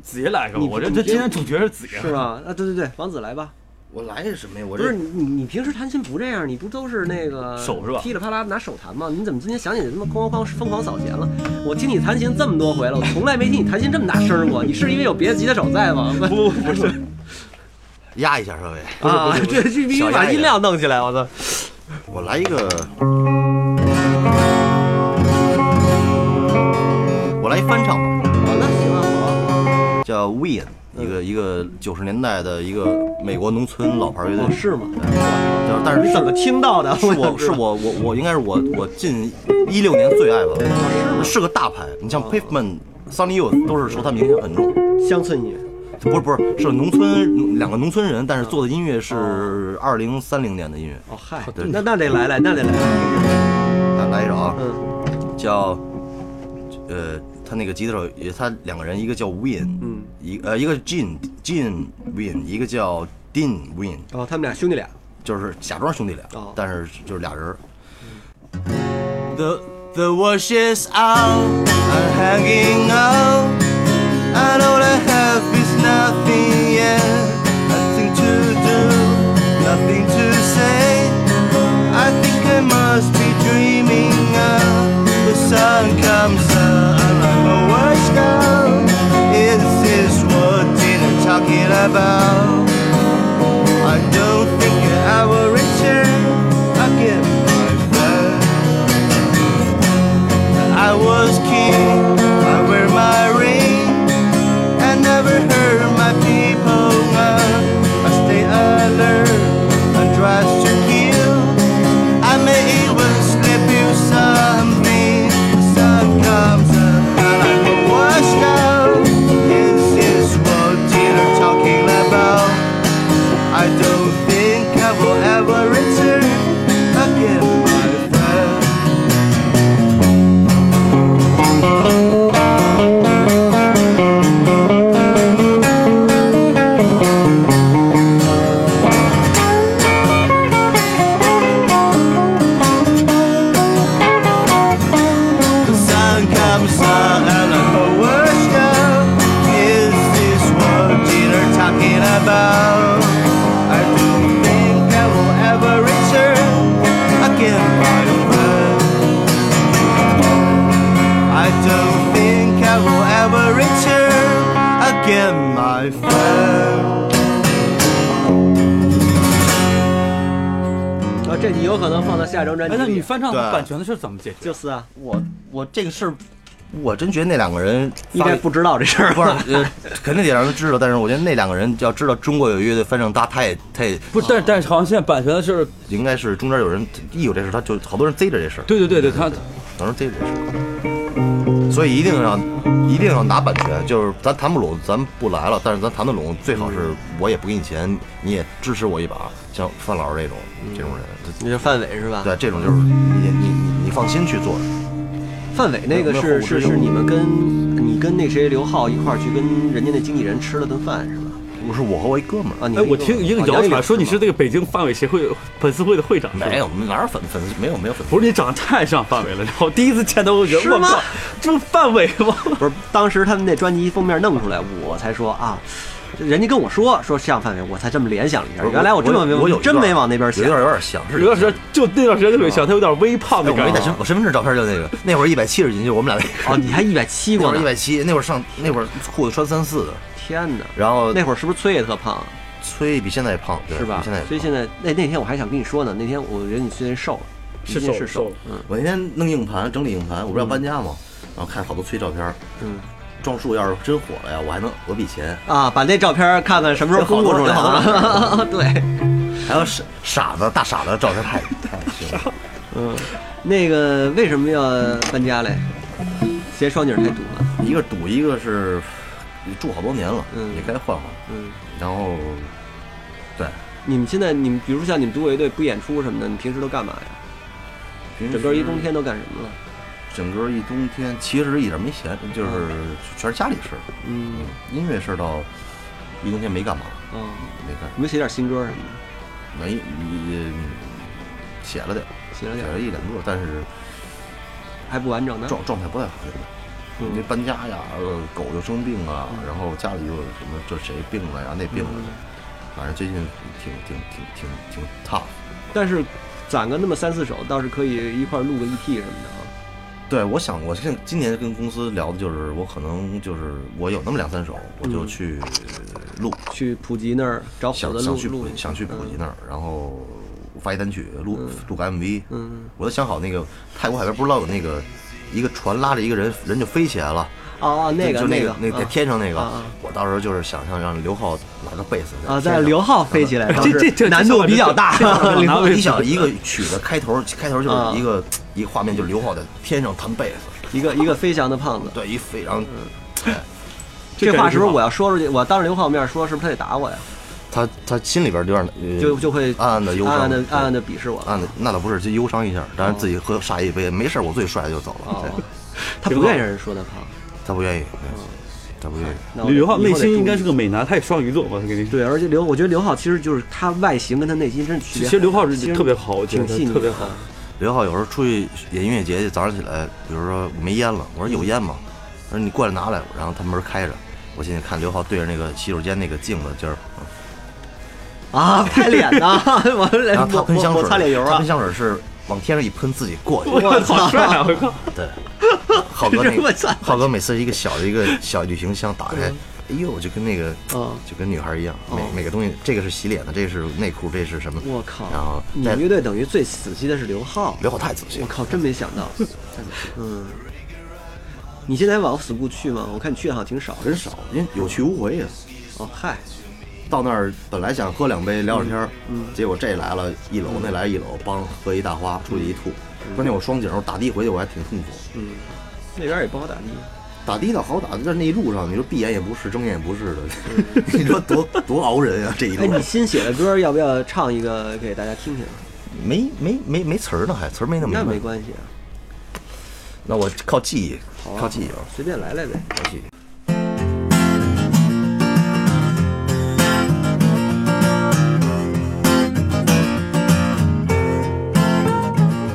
子爷来一个吧，
你不
我这
主
这
角
今天主角是子爷，
是吧？啊，对对对，王子来吧。
我来是什么呀？我
不是你你你平时弹琴不这样，你不都是那个
手是吧
噼里啪啦拿手弹吗？你怎么今天想起来他妈哐哐哐疯狂扫弦了？我听你弹琴这么多回了，我从来没听你弹琴这么大声过。你是因为有别的吉他手在吗？
<laughs> 不不不是，
压一下稍微。
啊，这这必须
小
把
鸭一
音
点
量弄起来，我操！
我来一个，我来一翻唱吧，
哦，那行啊，好啊。
叫 Win，一个一个九十年代的一个美国农村老牌乐队
哦，，是吗？
就是但是
你
是
怎么听到的？
<laughs> 是我
想知
是
道
我我我应该是我我近一六年最爱吧，
哦
是个大牌。你像 Pavement、Sunny Youth 都是受他们影响很重，
乡村音乐。
不是不是是农村两个农村人，但是做的音乐是二零三零年的音乐。
哦嗨
对，
那那得来来，那得来来。
来来一首啊，
嗯
叫呃，他那个吉他手也他两个人，一个叫 Win，
嗯，
一呃一个 Jin Jin Win，一个叫 Dean Win，
哦，他们俩兄弟俩。
就是假装兄弟俩
哦，
但是就是俩人儿。The the wash is out, I'm hanging out. And all I have is nothing yet. Nothing to do, nothing to say. I think I must be dreaming now. The sun comes out, and I'm a wash down. Is this what dinner talking about? I don't think I will return again, my friend. I was king, I wear my ring, I never hurt my people. uh, I stay alert, I try to kill. I may even slip you something. The sun comes up, and I'm washed out. This is what you're talking about. I don't think I will ever return again, my friend. The sun comes out and I go worse now. Is this what you're talking about? I don't think I will ever return again, my friend. I don't think I will ever return again, my friend.
啊，这你有可能放到下一张专辑
哎，那你
里。
翻唱
对
版权的事儿怎么解决？
就是啊，
我我这个事儿，我真觉得那两个人
应该不知道这事儿
<laughs> 不是，呃，肯定得让人知道。但是我觉得那两个人要知道中国有乐队翻唱他，他也他也
不是，但是但是好像现在版权的事儿，
应该是中间有人一有这事儿，他就好多人逮着这事儿，
对对对对，他
好多人逮着这事儿。所以一定要一定要拿版权，就是咱谈不拢，咱不来了。但是咱谈得拢，最好是我也不给你钱，你也支持我一把。像范老师这种这种人，这
你是范伟是吧？
对这种就是你你你你放心去做。
范伟那个
没有
是
后
是
知后
是
觉
你们跟你跟那谁刘浩一块儿去跟人家那经纪人吃了顿饭是吧？
不是我和我一哥们儿，
啊，你
哎，
跟
我听一个谣传说你是那个北京范伟协会粉丝会的会长，是吧
没有哪有粉粉丝没有没有粉丝，
不是你长得太像范伟了，然后第一次见到我觉
是
得我
吗
靠，这不范伟吗？
不是当时他们那专辑封面弄出来，我才说啊。人家跟我说说像范伟，我才这么联想了一下。原来我真没
我有一
真
段
没往那边
有
想
点。有点像，是
有段时间就那段时间特别像，他有点微胖
哎，
的
我没
感
带
觉
身，。我身份证照片就那个，那会儿一百七十斤，就我们俩那个
哦，你还一百七
那
过
会儿一
呢！
百七，那会儿上那会儿裤子穿三四的，
天哪，
然后
那会儿是不是崔也特胖，啊
崔比现在也胖，对
是吧
比？现在也
所以
胖
现在那那天我还想跟你说呢，那天我觉得你虽然瘦了，你
是
今天
瘦
是
了
瘦
瘦
了
了，
嗯
我那天弄硬盘，整理硬盘，我不是要搬家嘛，然后看好多崔照片，
嗯
撞树要是真火了呀，我还能讹笔钱，
啊，把那照片看看什么时候公布出来啊？ <laughs> 对。
还有傻傻子大傻子照片
<laughs>
太太凶了，
嗯，那个为什么要搬家嘞？嫌双井太堵了。
一个赌一个是住好多年了，
嗯
也该换换，
嗯，
然后对，
你们现在你们比如像你们独委队不演出什么的，你平时都干嘛呀？
平时
整个一冬天都干什么了？
整个一冬天其实一点没闲，就是全是家里事儿。
嗯，
音乐事儿倒一冬天没干嘛，
哦，
没干，
有没有写点新歌什么的？
没也写了点儿，
写了
写
点
了
儿，
一两个，但是
还不完整呢。
状状态不太好，现在因为搬家呀，呃狗就生病啊，然后家里又有什么这谁病了呀，那病了，反正最近挺挺挺挺挺 tough。
但是攒个那么三四首，倒是可以一块儿录个 EP 什么的啊。
对，我想我现今年跟公司聊的就是，我可能就是我有那么两三首，我就去录，
去普吉那儿找好
想
的嗯
想
录
去
录
普，想去普吉那儿，然后发一单曲，录录个 MV。
嗯，
我都想好那个泰国海边不是老有那个一个船拉着一个人，人就飞起来了。
哦哦，那个
就那
个
那在
啊
天上那个
啊啊，
我到时候就是想象让刘浩拿个贝斯
啊，
天
在
上
刘浩飞起来，
<laughs> 这这这
难度比较大。 <laughs>
你
拿
想
位
你想一个曲子开头，开头
啊
就是一个一个画面，就是刘浩在天上弹贝斯，
一个一个飞翔的胖子，
对，一非常，
嗯
哎
这话
感觉
是不是
挺好
我要说出去，我当着刘浩面说，是不是他得打我呀？
他他心里边有点呃
就就会
暗暗的忧伤，
暗暗的
对哦
暗暗的鄙视我。
暗的那倒不是，就忧伤一下，当然自己喝煞一杯，没事儿，我最帅就走
<laughs>
了，
哦
对，
他不愿意让人说他胖。
他不愿意，对
嗯
他不愿意，
那我
刘浩
以后得
内心应该
注
是
意
个美男，他也双鱼座嘛，他肯定是。
<laughs> 对，而且刘，我觉得刘浩其实就是他外形跟他内心真的区
其
别很大。
实刘浩
其
是
实
特别好，我觉
挺
得
细腻的，
特别好。
刘浩有时候出去演音乐节去，早上起来，比如说我没烟了，我说有烟吗？他说你过来拿来，然后他门开着，我进去看刘浩对着那个洗手间那个镜子，就是，嗯
哎啊， <laughs> 拍脸呐，我
然后他
我
喷香
我
水，
我擦脸油
他
啊
喷，香水是往天上一喷，自己过去。
我操！
帅啊！我靠，
对，浩
<laughs>
哥那
我
个
操
浩哥每次一个小的一个小旅行箱打开，哎呦，就跟那个
嗯
就跟女孩一样，每每个东西，这个是洗脸的，这个是内裤，这是什么？
我靠！
然后
你
再
们乐队等于最死期的是刘浩，
刘浩太仔细
我
了，
靠，真没想到。 <laughs> 嗯，你现在往 school 去吗？我看你去的好像挺少。
很少，因为有去无回呀。
哦，嗨，
到那儿本来想喝两杯聊聊天儿，结果这来了一楼，那来一楼，帮喝一大花，出去一吐。关键我双井，我打的回去我还挺痛苦。
那边也不好打的。
打的倒好打，但是那一路上你说闭眼也不是，睁眼也不是的，你说多多熬人啊！这一
哎，
路
你新写的歌要不要唱一个给大家听听？
没没没没词儿呢，还词儿没那么
那
明白
没关系啊，
那我靠记忆，
好啊
靠记忆啊，
随便来来呗。
靠记忆。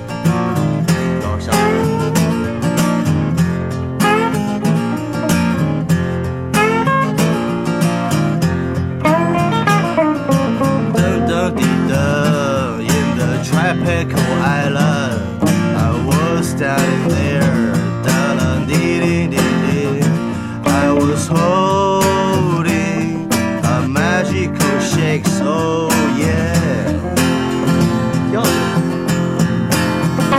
等会儿下回
噔噔滴噔，In the tropical island, I was standing there. Da da dee dee dee dee. I was holding a magical shake. So yeah.
挺好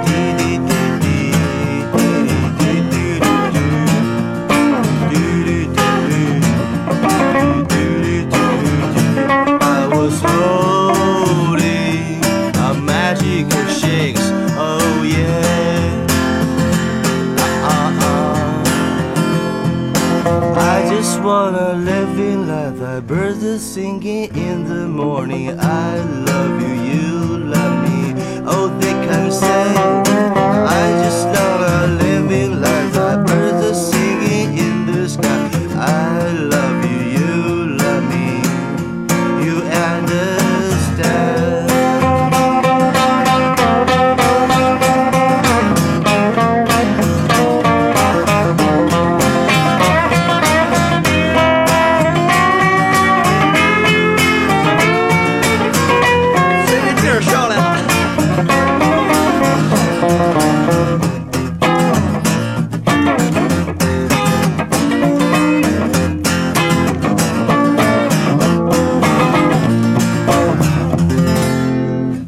听。
Dee dee dee dee dee dee dee dee dee dee dee. I was holding a magical shakes. Oh yeah. Ah, I just wanna live in life like birds are singing in the morning. I love you, you love me. Oh, they can say. I just wanna live in life like birds are singing in the sky. I love you, you love me. You understand.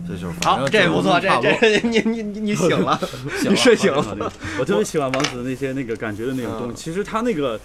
就是
好，这不错，这这 <laughs> 你你你你醒 <laughs> 了，你睡醒了。
我特别喜欢王子的那些那个感觉的那种东
嗯
西。其实他那个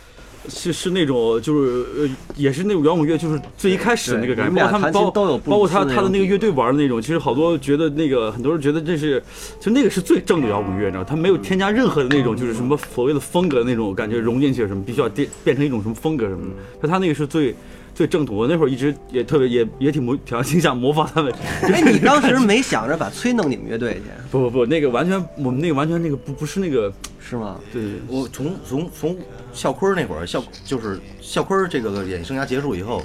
是是那种就是呃，也是那种摇滚乐，就是最一开始那个感觉，包括他
对你们俩弹
们
琴
包
都有布
包
鲁
括
斯
他
那
他的那个
种
乐队玩的那种，其实好多觉得那个很多人觉得这是就那个是最正的摇滚乐，你知道，他没有添加任何的那种就是什么所谓的风格那种感觉融进去什么，必须要变变成一种什么风格什
嗯
么的。就他那个是最。最正统，我那会儿一直也特别也也挺模，挺挺想 <laughs> 模仿他们。
哎，你当时没想着把崔弄你们乐队去
<laughs> 不不不，那个完全我们那个完全那个不不是那个，
是吗？
对对对。
我从从从校坤儿那会儿，校就是校坤儿这个演艺生涯结束以后，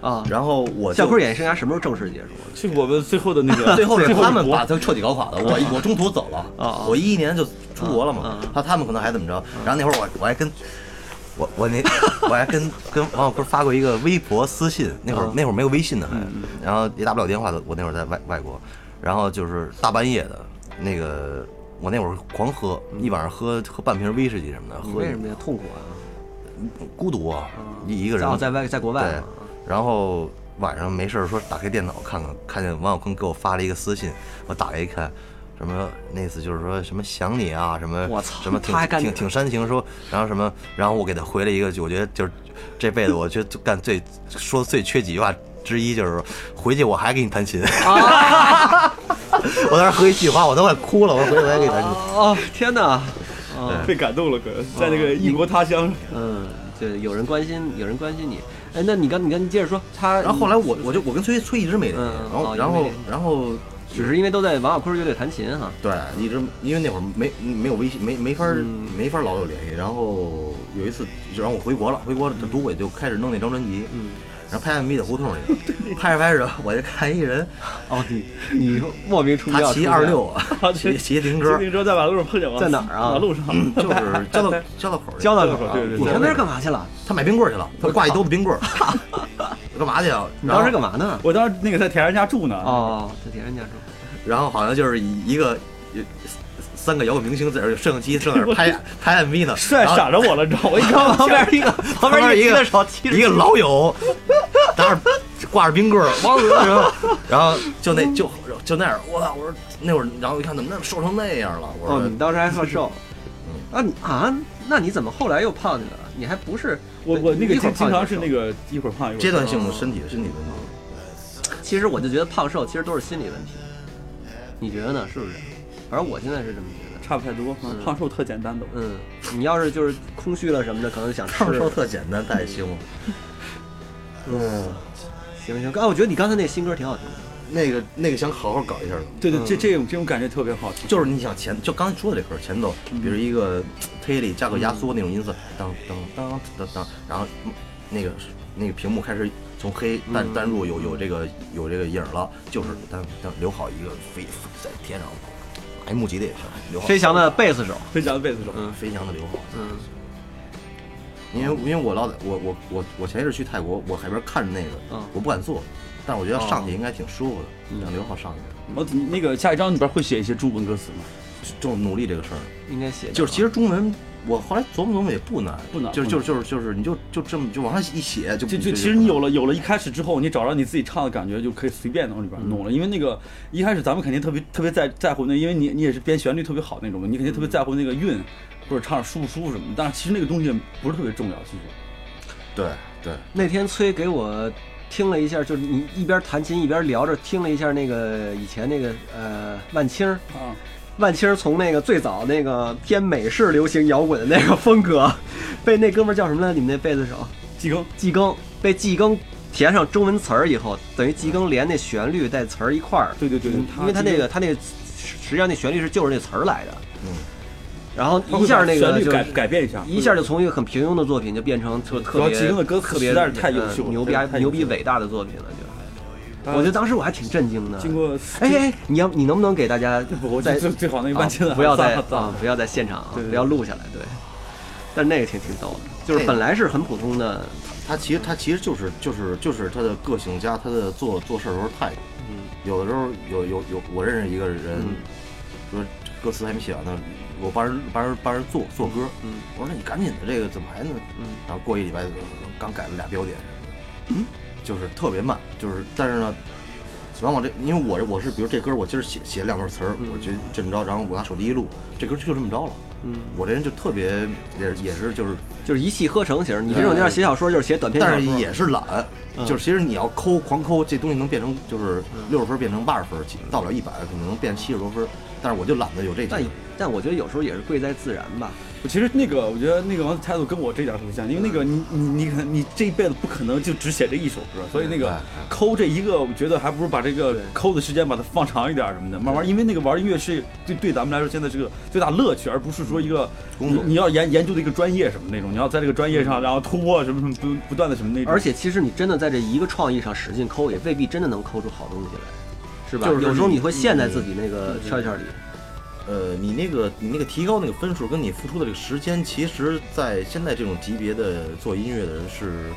啊，
然后我
校
就
坤演艺生涯什么时候正式结束？
是我们最后的那个
<laughs>
<laughs> 最后是
最后
他们
国
把他彻底搞垮的，我我中途走了，
啊
我一一年就出国了嘛，他他们可能还怎么着。然后那会儿我我还跟。我我那我
<laughs>
还跟跟王小坤发过一个微博私信，那
啊
会儿那会儿没有微信呢还，
嗯
然后也打不了电话的，我那会儿在外外国，然后就是大半夜的，那个我那会儿狂喝，一晚上喝喝半瓶威士忌什么的，
嗯你
喝
为什么呀？痛苦啊！
孤独啊，一一个人
在在外在国外
对
啊，
然后晚上没事儿说打开电脑看看，看见王小坤给我发了一个私信，我打开一看，什么那次就是说什么想你啊，什么
我操
什么挺
他还干
挺挺煽情说，然后什么，然后我给他回了一个，就我觉得就是这辈子我觉得干最说最缺几句话。之一就是回去我还给你弹琴，
啊
<laughs> 我当时回一句话我都快哭了，我说回去我还给你弹琴。
哦，天哪！
被感动了，可能在那个异国他乡。
嗯，对，有人关心，有人关心你。哎，那你刚你刚你接着说他，
然后后来我我就我跟崔崔一直没联系
嗯，
然
哦
后然
一直没
后
联系
然后
只是因为都在王小坤乐队弹琴哈。
对，一直因为那会儿没没有微信，没没法儿、
嗯
没法儿老有联系。然后有一次，就让我回国了，回国了，这
嗯
赌鬼就开始弄那张专辑，然后拍 MV 在胡同
<laughs>
里，拍着拍着我就看一人，
哦，你你莫名出
他
妙，
骑二六， <laughs> 骑骑自行车，
自行车在马路上碰见吗？
在哪儿啊
马路上，
<laughs>
就是交道交道口儿去
交到口了
对对对
你上那儿干嘛去了？
他买冰棍儿去了，他挂一兜子冰
<laughs>
棍儿，干嘛去啊？
你当时干
嘛？
嘛呢？
<laughs> 我当时那个在田人家住呢。
哦，在铁人家住。
然后好像就是一个。呃三个摇滚明星在这儿有摄
<laughs>
像机正在这儿拍拍 MV 呢，
帅
然后
闪着我了，你知道吗？我一看
旁 <laughs> 边一个，旁边一个手提着
一个老友， <laughs> 拿着挂着冰棍儿，王子的时
<laughs>
候，然后就那就就那样，我操！我说那会儿，然后一看怎么那么瘦成那样了，我
哦，
说
你当时还算瘦。啊你啊，那你怎么后来又胖起来了？你还不是
<laughs> 我我那个
一会儿胖一
经经
会儿
常是
瘦
那个一会儿胖一会儿
阶段性的身体身体问题，
其实我就觉得胖瘦其实都是心理问题，你觉得呢？是不是？反正我现在是这么觉得。
差不太多，胖瘦特简单的。
嗯，你要是就是空虚了什么的，可能想吃。
胖瘦特简单，太凶。嗯，
行行，刚、啊、我觉得你刚才那新歌挺好听的。
那个那个想好好搞一下的，
对对，这这种这种感觉特别好。
就是你想前就刚才说的这歌前奏，
嗯
比如一个推理加个压缩那种音色，当当当当当，然后那个那个屏幕开始从黑
嗯
淡淡入有有这个有这个影儿了，就是当当留好一个飞在天上，哎，木吉的也是留好
飞翔的贝斯手，
非常贝斯手，
嗯
飞翔的刘浩，
嗯，
因为因为我老在我我我我前一阵去泰国，我海边看着那
嗯哦
个，我不敢坐，但是我觉得上去应该挺舒服的，让刘浩上去，
我那个下一章里边会写一些中文歌词吗？
就努力这个事儿，
应该写
就是其实中文。我后来琢磨琢磨也不难，
不难
就是
不
就是就是就是，你就就这么就往上一写就
就
就
就其实你有了有了一开始之后，你找着你自己唱的感觉，就可以随便往里
嗯
边弄了。因为那个一开始咱们肯定特别特别在在乎那，因为你你也是编旋律特别好那种，你肯定特
嗯
别在乎那个韵，或者唱着舒不舒服什么的。但是其实那个东西不是特别重要，其实
对对，
那天崔给我听了一下，就是你一边弹琴一边聊着，听了一下那个以前那个呃万青儿，
啊，
万青儿从那个最早那个偏美式流行摇滚的那个风格，被那哥们儿叫什么来？你们那贝斯手
季更
季更，被季更填上中文词儿以后，等于季更连那旋律带词儿一块儿，嗯
对对对，
因为他那个他那个实际上那旋律是就是那词儿来的，
嗯，
然后
他
一
会
下
把
那
旋
个
律
就
改改变一
啊
下，
一下就从一个很平庸的作品就变成特特别
主要吉恩的歌词
特别
实在是太优秀了
呃牛逼
太太
牛
优秀
逼
了
伟大的作品了，就还，
当然
我觉得当时我还挺震惊的。
经过
哎哎，你要你能不能给大家
<laughs> 我
在
最最好那
啊
万青的
不要在
还在
啊不要在现场啊
对对对
不要录下来，对。但那个挺挺逗的，就是
对
本来是很普通的，
他其实他其实就是就是就是他的个性加他的做做事儿时候态度，有的时候有有有我认识一个人，说歌词还没写完呢，我帮人帮人帮人做做歌，我说那你赶紧的这个怎么还呢？然后过一礼拜刚改了俩标点什么的，就是特别慢，就是但是呢。往往这，因为我是我是，比如这歌我今儿写写两段词儿，我觉得这么着，然后我拿手机一录，这歌就这么着了。嗯，我这人就特别也也是就是
就是一气呵成型。你这种要是写小说，就是写短篇小
但是
说，嗯
也是懒，就是其实你要抠狂抠，这东西能变成就是六十分变成八十分，起到不了一百，可能能变七十多分。但是我就懒得有这
但
点，
但我觉得有时候也是贵在自然吧。
我其实那个，我觉得那个王子态度跟我这点儿特别像，因为那个你你你可能你这一辈子不可能就只写这一首歌，所以那
对
个抠这一个，我觉得还不如把这个抠的时间把它放长一点儿什么的，慢慢，因为那个玩音乐是对对咱们来说现在是个最大乐趣，而不是说一个
工作
你你要研研究的一个专业什么那种，你要在这个专业上然后突破什么什么不不断的什么那种，
而且其实你真的在这一个创意上使劲抠，也未必真的能抠出好东西来，是吧？
就是
有时候你会陷在自己那个圈圈里。
呃，你那个你那个提高那个分数跟你付出的这个时间，其实，在现在这种级别的做音乐的人是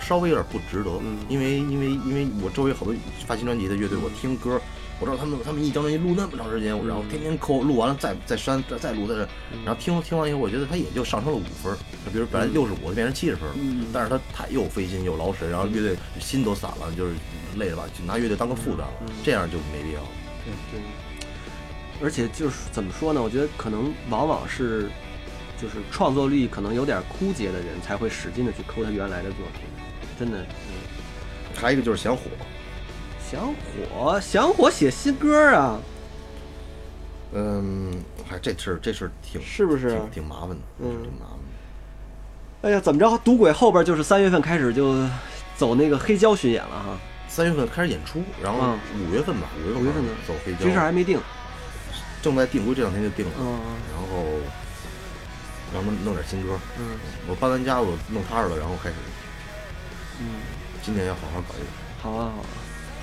稍微有点不值得，因为因为因为我周围好多发新专辑的乐队，我听歌，我知道他们他们一张专辑录那么长时间，然后天天抠，录完了再再删再再录再删，然后听听完以后，我觉得他也就上升了五分儿，比如本来六十五变成七十分儿了，但是他他又费心又劳神，然后乐队心都散了，就是累了吧，就拿乐队当个负担了，这样就没必要了。
而且就是怎么说呢？我觉得可能往往是，就是创作力可能有点枯竭的人才会使劲的去抠他原来的作品，真的。
还有一个就是想火，
想火，想火写新歌啊！
嗯，还这事儿这事儿挺
是不是
挺挺麻烦的？
嗯
挺麻烦的。
哎呀，怎么着？赌鬼后边就是三月份开始就走那个黑胶巡演了哈，
三月份开始演出，然后
嗯
五月份吧，五月份
五月份的
走黑胶，
这事儿还没定。
正在定规，这两天就定了。
嗯
然后，然后弄弄点新歌。
嗯
我搬完家，我弄踏实了，然后开始
嗯，
今年要好好搞一搞。
好啊好啊，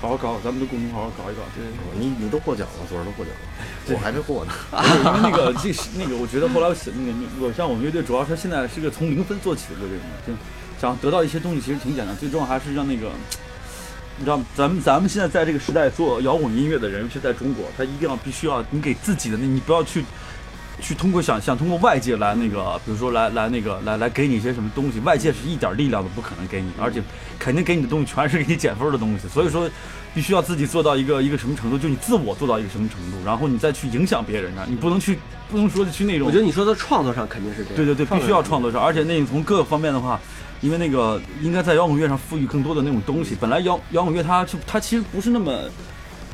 好好搞，咱们的共同好好搞一搞。
对，
嗯你你都获奖了，昨儿都获奖了，我还没获
<laughs>
呢。
因为那个这是那个，我觉得后来我想那个那我像我们乐队，主要是现在是个从零分做起的乐队嘛，就想得到一些东西其实挺简单，最重要还是让那个。你知道，咱们咱们现在在这个时代做摇滚音乐的人，尤其在中国，他一定要必须要你给自己的那，你不要去去通过想想通过外界来那个， <laughs> 比如说来来那个来来给你一些什么东西，外界是一点力量都不可能给你，而且肯定给你的东西全是给你减分的东西，所以说必须要自己做到一个 <laughs> 一个什么程度，就你自我做到一个什么程度，然后你再去影响别人呢，啊你不能去不能说去那种，
我觉得你说的创作上肯定是这样。
对对对，必须要创作上，而且那个从各个方面的话，因为那个应该在摇滚乐上赋予更多的那种东西。本来摇摇滚乐它就它其实不是那么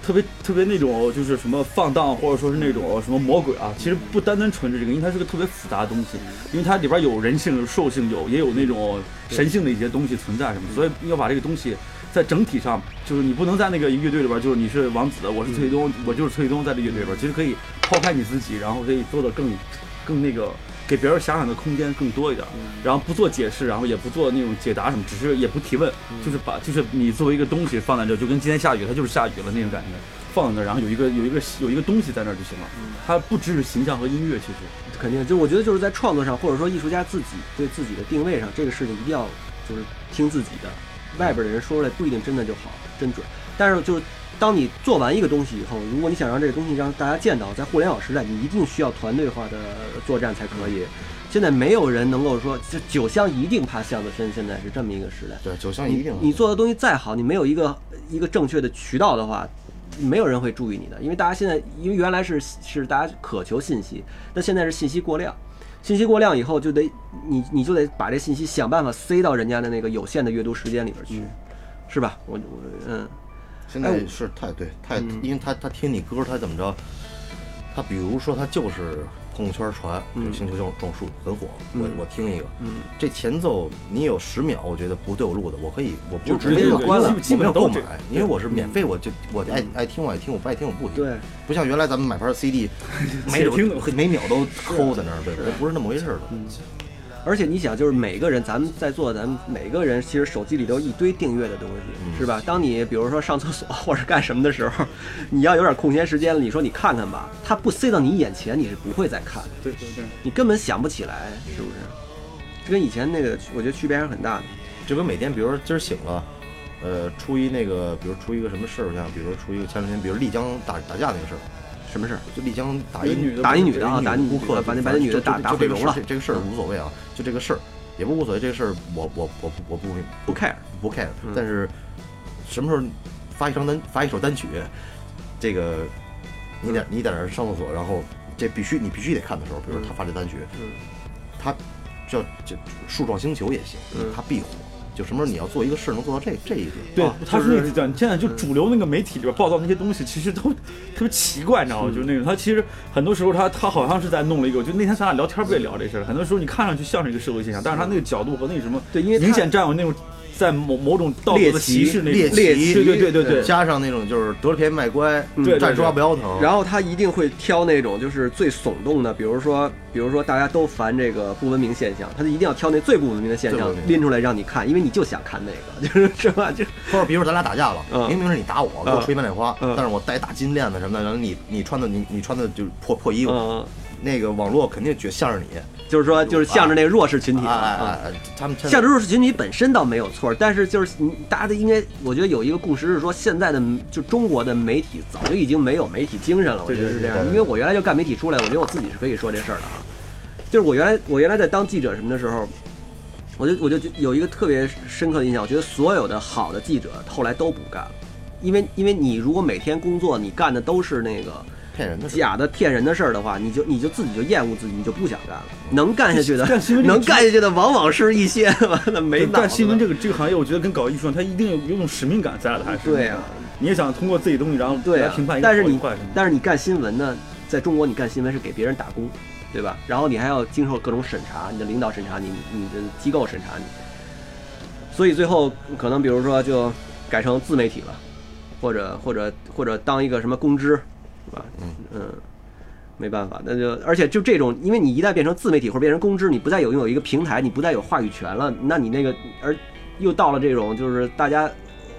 特别特别那种就是什么放荡或者说是那种什么魔鬼啊，其实不单单纯是这个，因为它是个特别复杂的东西，因为它里边有人性、有兽性，有也有那种神性的一些东西存在什么，所以要把这个东西。在整体上，就是你不能在那个乐队里边，就是你是王子，我是崔东，我就是崔东，在这乐队里边，其实可以抛开你自己，然后可以做的更更那个，给别人遐想的空间更多一点，然后不做解释，然后也不做那种解答什么，只是也不提问，就是把就是你作为一个东西放在这，就跟今天下雨，它就是下雨了那种感觉，放在那，然后有一个有一个有一个东西在那儿就行了，它不只是形象和音乐，其实
肯定，就我觉得就是在创作上，或者说艺术家自己对自己的定位上，这个事情一定要就是听自己的，外边的人说出来不一定真的就好，真准。但是就是当你做完一个东西以后，如果你想让这个东西让大家见到，在互联网时代，你一定需要团队化的作战才可以。现在没有人能够说这酒香一定怕巷子深，现在是这么一个时代。
对，酒香一
你
定好。
你做的东西再好，你没有一个一个正确的渠道的话，没有人会注意你的，因为大家现在因为原来是是大家渴求信息，但现在是信息过量，信息过量以后就得你你就得把这信息想办法塞到人家的那个有限的阅读时间里边去，是吧？我我嗯
现
哎
在
我
是太对太，
嗯
因为他他听你歌，他怎么着？他比如说他就是朋友圈传，就是
嗯
星球撞撞树很火，我我听一个，这前奏你有十秒，我觉得不对我录的，我可以我不
就直接
我
就
可以关了，
基
我没
本
有
都
购
是
买
这，嗯
因为我是免费，我就我爱爱听我爱听，我不爱听我不听。
对，
不像原来咱们买盘
<laughs>
CD，每
且听
秒每秒都抠在那儿，对，不是那么回事儿的。
嗯
而且你想，就是每个人，咱们在座，咱们每个人其实手机里都有一堆订阅的东西，是吧？当你比如说上厕所或者干什么的时候， <laughs> 你要有点空闲时间了，你说你看看吧，它不塞到你眼前，你是不会再看的。
对对对，
你根本想不起来，是不是？这跟以前那个，我觉得区别还是很大的。
就跟每天，比如说今儿醒了，呃，出一那个，比如出一个什么事儿，像比如出一个前两天，比如丽江打打架那个事儿，
什么事儿？
就丽江打
一
一
个女的
打一女的啊，
一
打
女
你
顾客，
把那把那女的打打毁容了，
这个事儿无所谓啊，就这个事儿也不无所谓，这个事儿我我我不我不
不 care。
不 care，但
嗯
是什么时候发一张单发一首单曲，这个你在你在那儿上厕所，然后这必须你必须得看的时候，比如他
嗯
发这单曲，他叫就树状星球也行，他必火。就什么时候你要做一个事儿能做到这这一点，
嗯对
啊，
他
就是是
那个讲，现在就主流那个媒体里边报道那些东西，其实都特别奇怪，你知道吗？就是那种他其实很多时候他他好像是在弄了一个，就那天咱俩聊天不也聊这事儿？很多时候你看上去像是一个社会现象，但是他那个角度和那个什么，
对因为他
明显占有那种在某某种道德的歧视那
猎
种，
奇猎奇
对对对对对，
加上那种就是得了便宜卖乖，
对
站
对
抓
对
不腰疼，
然后他一定会挑那种就是最耸动的，比如说，比如说大家都烦这个不文明现象，他就一定要挑那最不文明的现
最不
象
文明
拎出来让你看，因为你就想看那个， <laughs> 就是是吧？就
或者比如说咱俩打架了，
嗯
明明是你打我，给我吹满脸花，
嗯
但是我戴大金链子什么的，然后你你穿的你你穿的就是破破衣服，
嗯，
那个网络肯定觉得向着你，
就是说就是向着那个弱势群体
哎
嘛
哎
啊。
哎哎，他们现在
像弱势群体本身倒没有错，但是就是你大家的应该，我觉得有一个共识是说，现在的就中国的媒体早就已经没有媒体精神了，我觉得是这样。因为我原来就干媒体出来，我觉得我自己是可以说这事儿的啊。就是我原来我原来在当记者什么的时候，我就我就有一个特别深刻的印象，我觉得所有的好的记者后来都不干了，因为因为你如果每天工作你干的都是那个。
骗人的事，
假的骗人的事儿的话，你就你就自己就厌恶自己，你就不想干了。能干下去的
干新，闻这个
能干下去的，往往是一些 <laughs> 完了没脑
干新闻
子
这
的。
个这个行业，我觉得跟搞艺术一样，它一定有有种使命感在的，还是
对呀、
你也想通过自己东西，然后
对
来
呀、
评判一个
但是
好与
你
坏什么的。
但是你干新闻呢，在中国你干新闻是给别人打工，对吧？然后你还要经受各种审查，你的领导审查你，你的机构审查你。所以最后可能比如说就改成自媒体了，或者或者或者当一个什么公知，是吧？嗯。没办法，那就而且就这种，因为你一旦变成自媒体或者变成公知，你不再有拥有一个平台，你不再有话语权了，那你那个而又到了这种就是大家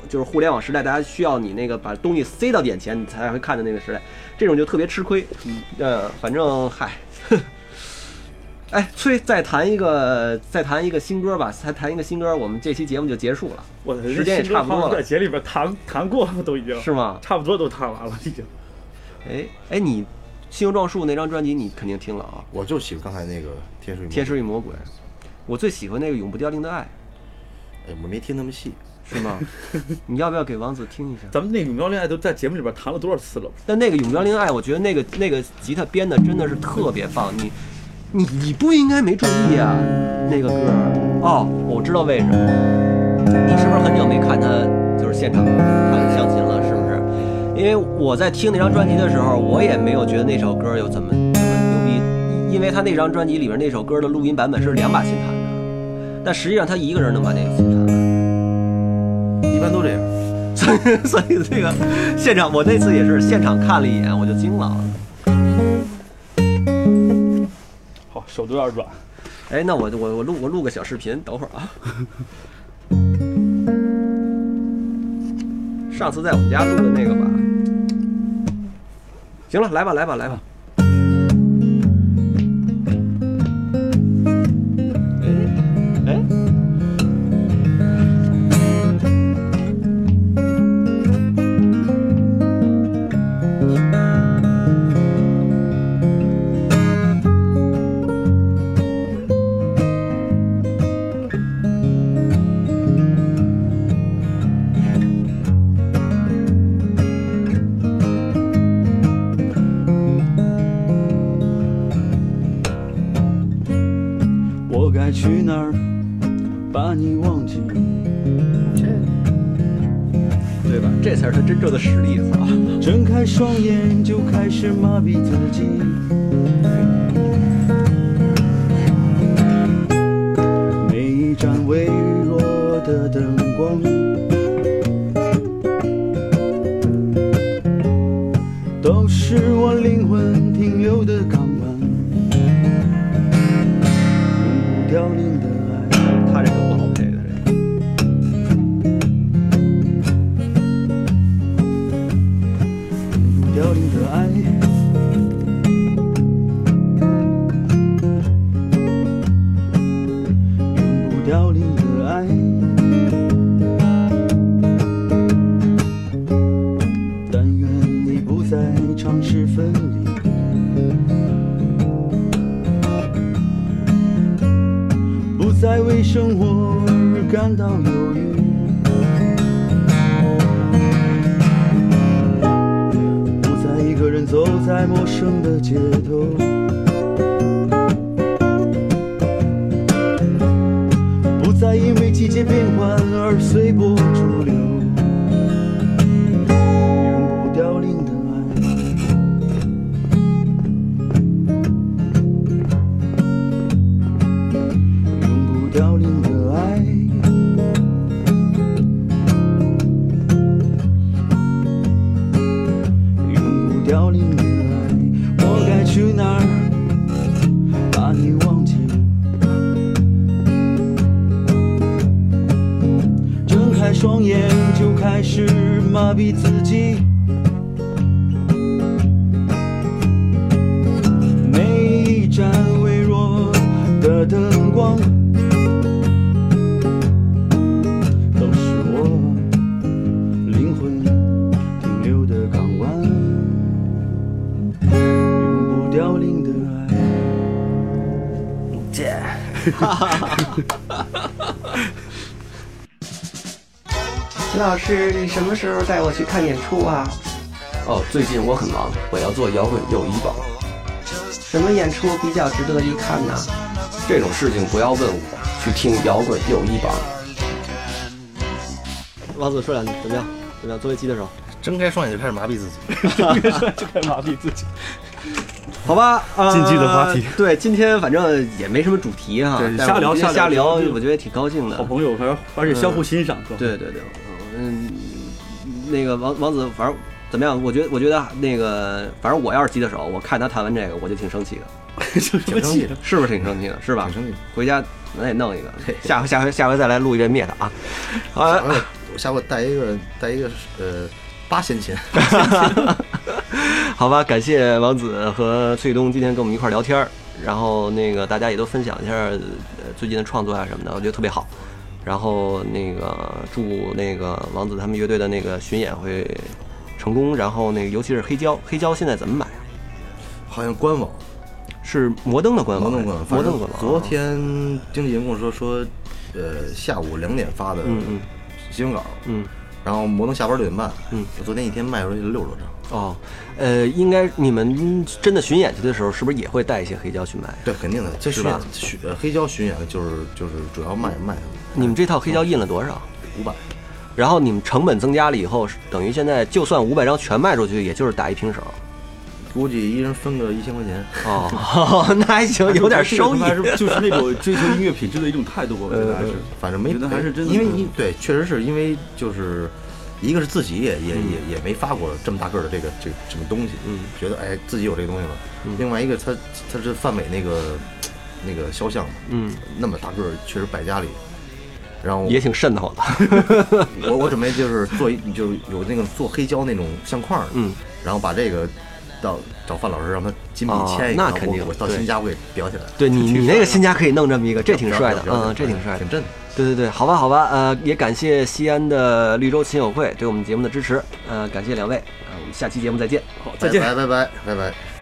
就是互联网时代，大家需要你那个把东西塞到眼前，你才会看的那个时代，这种就特别吃亏。嗯，呃，反正嗨， <laughs> 哎，崔，再谈一个，再谈一个新歌吧，再谈一个新歌，我们这期节目就结束了，
我的
时间也差不多了
在节里边谈谈过了，都已经
是吗？
差不多都谈完了，已经。
哎哎，你《心游撞树》那张专辑你肯定听了啊，
我就喜欢刚才那个天水
《天使与魔鬼》，我最喜欢那个《永不凋零的爱》。
哎，我没听那么细，
是吗？你要不要给王子听一下？
咱们那个《永标恋爱》都在节目里边谈了多少次了？
但那个《永标恋爱》，我觉得那个那个吉他编的真的是特别棒。你你你不应该没注意啊，那个歌儿哦，我知道为什么。你是不是很久没看他就是现场看相亲了？是不是？因为我在听那张专辑的时候，我也没有觉得那首歌有怎么怎么牛逼，因为他那张专辑里边那首歌的录音版本是两把琴弹的，但实际上他一个人能把那个琴弹完。
一般都这样。
所以 <laughs> 所以这个现场，我那次也是现场看了一眼，我就惊了。
好，手都有点软。
哎，那我我我录我录个小视频，等会儿啊。 <laughs> 上次在我们家录的那个吧。行了，来吧，来吧，来吧。哎哎。
我该去哪儿把你忘记？
对吧？这才是他真正的实力，啊操！
睁开双眼就开始麻痹自己。每一盏微弱的灯光，都是我灵魂停留的港湾。永不凋零的爱。
他这个不好配的，这个
凋零的爱。永不凋零的爱，但愿你不再尝试分离。不再为生活而感到忧郁。不再一个人走在陌生的街头，不再因为季节变换而随波逐流，永不凋零的爱，永不凋零的爱。永不凋零的爱，我该去哪儿把你忘记？蔽自己。每一盏微弱的灯光，都是我灵魂停留的港湾，永不凋零的爱。
秦老师，你什么时候带我去看演出啊？哦，最近我很忙，我要做摇滚又一榜。什么演出比较值得一看呢？这种事情不要问我，去听摇滚又一榜。王子说两句怎么样？怎么样？作为吉他手，
睁开双眼就开始麻痹自己。
就该麻痹自己。
好吧，呃、
禁忌的话题。
<laughs> 对，今天反正也没什么主题哈，
对
但是
瞎聊
我们今天瞎
瞎聊
聊
就，是
我觉得挺高兴的
好。朋友，还而且相互欣赏，对
对对对，嗯，那个王王子，反正怎么样？我觉得，我觉得那个，反正我要是吉他手，我看他弹完这个，我就挺生气的，
挺生气的。
是不是挺生气的？是吧
挺生气？
回家咱也弄一个，下回下回下回再来录一遍灭他啊！啊，
完了，我下回带一个带一个呃八弦琴。
<laughs> 好吧，感谢王子和崔东今天跟我们一块儿聊天儿，然后那个大家也都分享一下呃最近的创作啊什么的，我觉得特别好。然后那个祝那个王子他们乐队的那个巡演会成功，然后那个尤其是黑胶，黑胶现在怎么买啊？
好像官网，
是摩登的官
摩
网，
登官网，
摩登官
反正
网。
昨天经纪人跟我说说，呃，下午两点发的
嗯嗯
新闻稿，
嗯，
然后摩登下班六点半，
嗯，
我昨天一天卖出去六十多张，
哦，呃，应该你们真的巡演去的时候，是不是也会带一些黑胶去卖？啊
对，肯定的，这
是
巡
吧
演巡呃黑胶巡演就是就是主要卖卖它
你们这套黑胶印了多少？
五百，
然后你们成本增加了以后，是等于现在就算五百张全卖出去，也就是打一平手。
估计一人分个一千块钱，
<laughs> 哦， <laughs> 那还行，有点收益。
还是就是那种追求音乐品质的一种态度吧，我觉得还是。
呃反正没
觉得还是真的
因为
嗯
你对，确实是因为就是。一个是自己也也
嗯
也也没发过这么大个儿的这个这个什么东西，嗯，觉得哎自己有这个东西了。
嗯
另外一个他他是范伟那个那个肖像嘛，
嗯，
那么大个儿确实摆家里，然后
也挺瘆得慌的。 <laughs>
我我准备就是做一就是有那个做黑胶那种相框的，
嗯，
然后把这个到找范老师让他金笔
哦
签一个，
那肯定
我我到
对
新家我给裱起来，
对你，你那个新家可以弄这么一个，这挺帅 <laughs> 的，
裱起来哎
嗯，这挺帅的
挺。正的。
对对对，好吧，好吧，呃，也感谢西安的绿洲琴友会对我们节目的支持，呃，感谢两位，呃，我们下期节目再见。
再见。
拜拜拜拜拜拜。